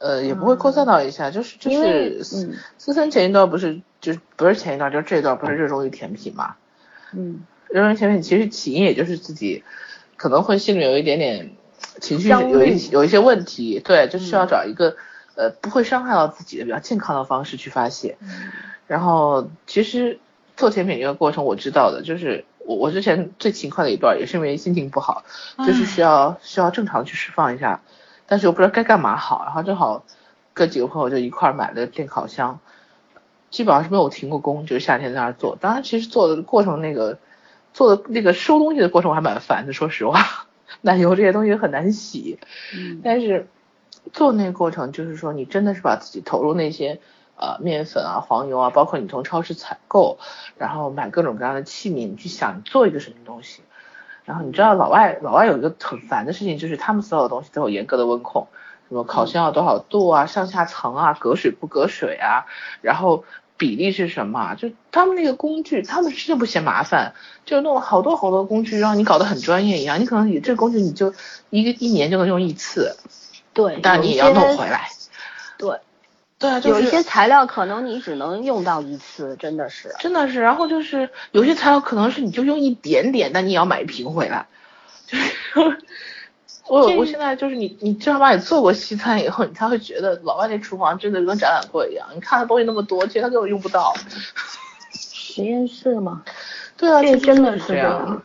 呃，也不会扩散到一下，就是就
嗯因为
是思
嗯
思森前一段不是就是不是前一段，就是这一段不是热衷于甜品嘛？
嗯，
热衷于甜品其实起因也就是自己可能会心里有一点点情绪
焦虑嗯
有一有一些问题，对，就需要找一个、呃不会伤害到自己的比较健康的方式去发泄。然后其实做甜品这个过程我知道的，就是我我之前最勤快的一段也是因为心情不好，就是需要需要正常地去释放一下，但是又不知道该干嘛好，然后正好跟几个朋友就一块儿买了电烤箱，基本上是没有停过工，就是夏天在那儿做。当然，其实做的过程那个做的那个收东西的过程我还蛮烦的，说实话， 奶油这些东西很难洗，
嗯
但是做那个过程就是说你真的是把自己投入那些。呃，面粉啊，黄油啊，包括你从超市采购，然后买各种各样的器皿，你去想你做一个什么东西，然后你知道老外老外有一个很烦的事情，就是他们所有东西都有严格的温控，什么烤箱要多少度啊，上下层啊，隔水不隔水啊，然后比例是什么啊，就他们那个工具，他们真的不嫌麻烦，就弄了好多好多工具，让你搞得很专业一样。你可能你这个工具你就一个一年就能用一次，
对，
但你也要
有一些
弄回来。
对，
对啊，就
有一些
是
材料可能你只能用到一次，真的是。
真的是，然后就是有些材料可能是你就用一点点，但你也要买一瓶回来。 我有，我现在就是你，你正儿八经做过西餐以后，你才会觉得老外那厨房真的跟展览柜一样。你看的东西那么多，其实他根本用不到。
实验室嘛，
对啊，
这
其实
真的
就是这
样
样。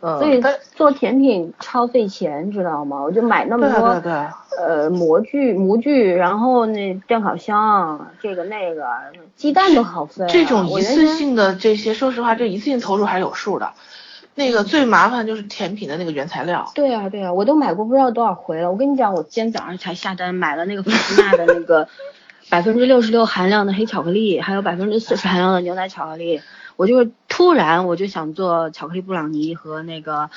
嗯，
所以
但
做甜品超费钱，知道吗？我就买那么
对啊
多，
对啊对啊
呃，模具、模具，然后那电烤箱，这个那个，鸡蛋都好费啊、
这种
我
一
原
次
先
性的这些，说实话，这一次性投入还是有数的。那个最麻烦就是甜品的那个原材料，
对啊，对啊，我都买过不知道多少回了。我跟你讲，我今天早上才下单买了那个福士纳的那 个百分之六十六含量的黑巧克力，还有百分之四十含量的牛奶巧克力。我就是突然我就想做巧克力布朗尼和那个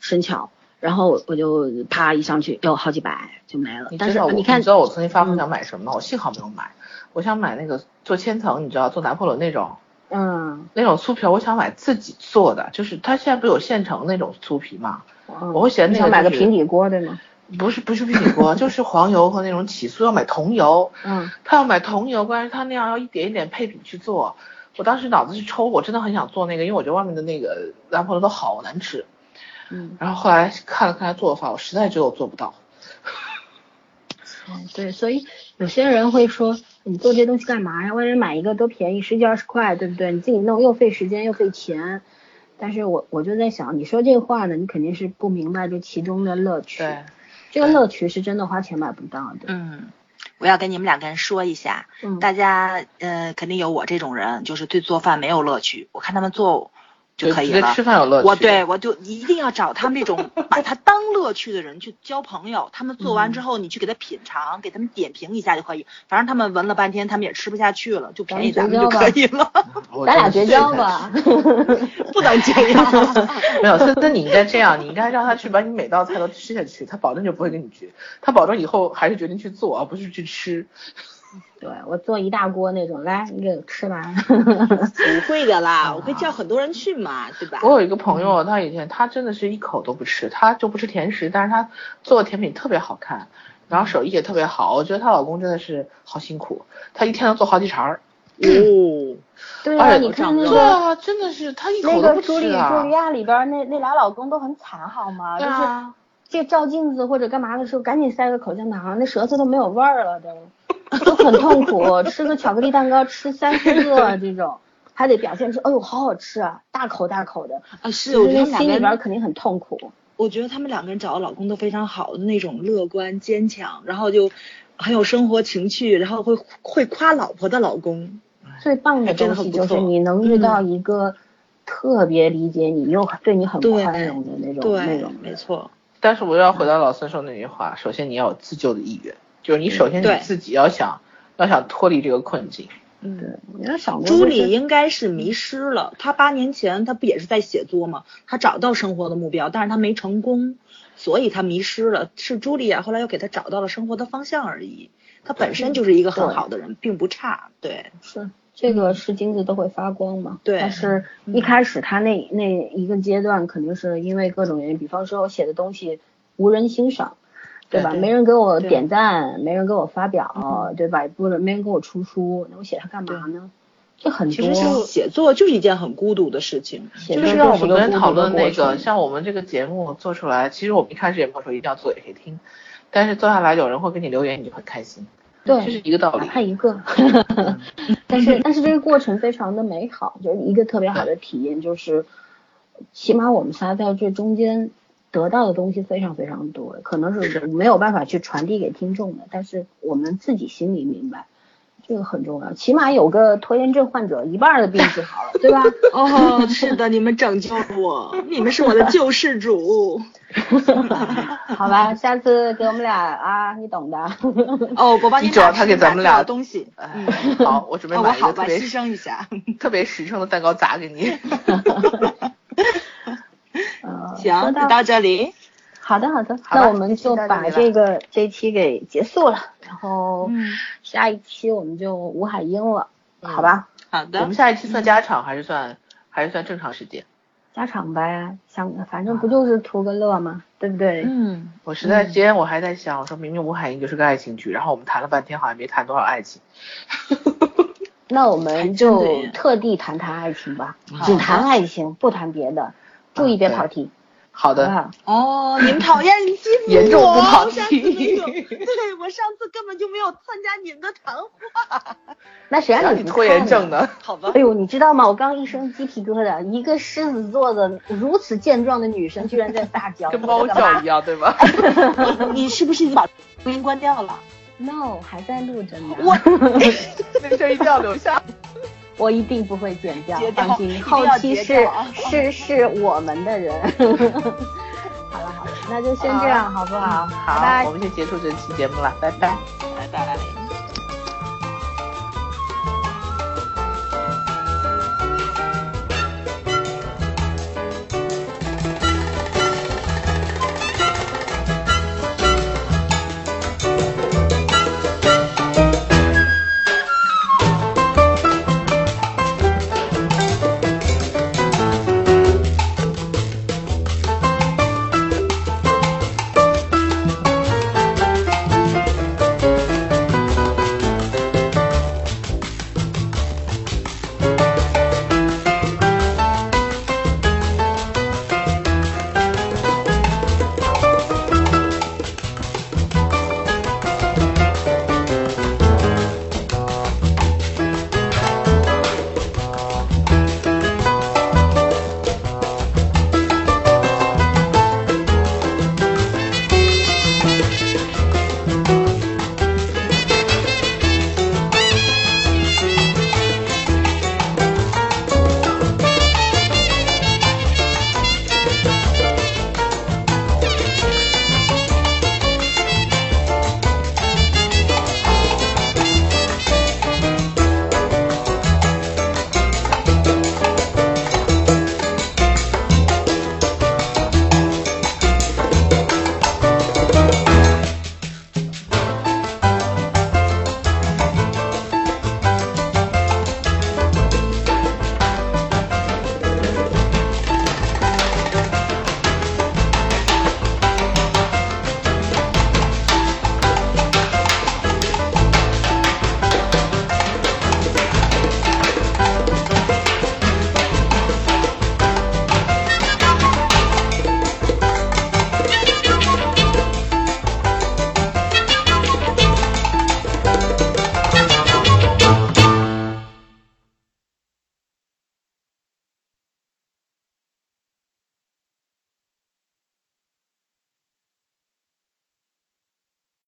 生巧，然后我就啪一上去，哟，好几百就没了
你。
但
知
是啊
道我，
你看
知，道我曾经发疯
嗯
想买什么吗？我幸好没有买，我想买那个做千层，你知道做拿破仑那种
嗯，
那种酥皮儿，我想买自己做的，就是它现在不是有现成那种酥皮吗？我会嫌那
嗯你
个
想买个
就是
平底锅对吗？
不是不是平底锅， 就是黄油和那种起酥，要买桐油。
嗯，
他要买桐油，关键是他那样要一点一点配比去做。我当时脑子是抽，我真的很想做那个，因为我觉得外面的那个拿破仑都好难吃。
嗯，
然后后来看了看他做法，我实在觉得我做不到。
嗯对，所以有些人会说，你做这东西干嘛呀？外面买一个多便宜，十几二十块，对不对？你自己弄又费时间又费钱。但是我我就在想，你说这话呢，你肯定是不明白这其中的乐趣。
对，
这个乐趣是真的花钱买不到的。
嗯，我要跟你们两个人说一下，
嗯，
大家呃肯定有我这种人，就是对做饭没有乐趣，我看他们做就可以
对
了。
吃饭有乐趣。
我对我就一定要找他们这 种把它当乐趣的人去交朋友。他们做完之后，你去给他品尝，给他们点评一下就可以。反正他们闻了半天，他们也吃不下去了，就便宜咱们就可以了，
我
咱俩
真的
绝
是
交吧。
不能这样。
没有，森森，你应该这样，你应该让他去把你每道菜都吃下去，他保证就不会跟你绝，他保证以后还是决定去做，而不是去吃。
对我做一大锅那种，来你给我吃 完。
不会的啦，我会叫很多人去嘛，对吧
我有一个朋友，他以前他真的是一口都不吃，他就不吃甜食，但是他做的甜品特别好看，然后手艺也特别好。我觉得她老公真的是好辛苦，他一天能做好几茬儿。
哦，
对
哎
啊，
呦
你
我
看
长
那
肉
对
个
啊，真的是他一
那
口都
个
不
茱莉
吃
茱
啊
莉。亚里边那那俩老公都很惨，好吗？
对
就是
啊，
这照镜子或者干嘛的时候，赶紧塞个口香糖，那舌头都没有味儿了都，就很痛苦。吃个巧克力蛋糕，吃三四个这种，还得表现出，哎呦，好好吃啊，大口大口的，
啊是，我
就
觉
是
得他
心里
们
边
两个人，
肯定很痛苦。
我觉得他们两个人找的老公都非常好，那种乐观坚强，然后就很有生活情趣，然后会会夸老婆的老公。
最棒的
哎真
东
的
西
很不
就是
错
你能遇到一个特别理解你又对你很
对
宽容的那种那
对
种，
没错。
但是我又要回到老孙说那句话，首先你要有自救的意愿，就是你
嗯
首先你
对
自己要想要想脱离这个困境。
嗯。
你要想过
朱
就是
莉应该是迷失了，她八年前她不也是在写作吗？她找到生活的目标，但是她没成功，所以她迷失了。是朱莉啊，后来又给她找到了生活的方向而已。她本身就是一个很好的人，并不差。对，
是这个是金子都会发光嘛？
对
但是一开始他那那一个阶段，肯定是因为各种原因，比方说我写的东西无人欣赏，对吧？
对
没人给我
对
点赞，没人给我发表，对吧？不是没人给我出书，那我写它干嘛呢？这很
其
多
实像写作就是一件很孤独的事情。
写
就
作
是让我
是
们
一个
昨天
孤独
讨
的
论
过
那个，
程
像我们这个节目做出来，其实我们一开始也没有说一定要做给谁听，但是做下来有人会给你留言，你就很开心，
对，啊
这是一个道
哪
理。
怕一个， 但是但是这个过程非常的美好，就是一个特别好的体验，就是起码我们仨在这中间得到的东西非常非常多，可能是没有办法去传递给听众的，但是我们自己心里明白。这个很重要，起码有个拖延症患者一半儿的病治好了，对吧？
哦，是的，你们拯救了我，你们是我的救世主。
好吧，下次给我们俩啊，你懂的。
哦，我帮你
你主要
找
他给咱们俩
东西。
哎
嗯，
好，我准备
哦我
买一
好
个
吧，
特别
牺牲一下。
特别实诚的蛋糕砸给 你。
呃
行，
说
就
到
到这里。
好的，好的，
好吧
那我们就把这个这一期给结束了，然后
嗯
下一期我们就吴海英了，好吧？
好
我
的
们，下一期算家常还是算还是算正常时间？
家常呗，想反正不就是图个乐吗？对不对？
嗯。
我实在今天我还在想，我说明明吴海英就是个爱情剧，然后我们谈了半天好像没谈多少爱情。
那我
还
们
真的
就
耶
特地谈谈爱情吧
好，
只谈爱情，不谈别的，注意别
对
跑题。
好的，
啊，
哦，你们讨厌你欺负我，
严重不跑
上次
题
没 有，对我上次根本就没有参加你们的谈话，
那谁
让
让
你
不
拖延
哎看
症
呢？
呢？
好吧
哎，呦，你知道吗？我刚一身鸡皮疙瘩，一个狮子座的如此健壮的女生，居然在大叫，
跟猫
我的妈
叫一样，对吧？
你是不是已经把录音关掉了？
No，还在录着呢。
我
那事儿一定要留下。
我一定不会剪掉
截，掉
放
一定
心。
要
后期
截
是
掉啊
是是我们的人。 好
嗯
了好了，那就先这样，好不好？
好，
拜拜
我们就结束这期节目了，拜拜。
拜拜。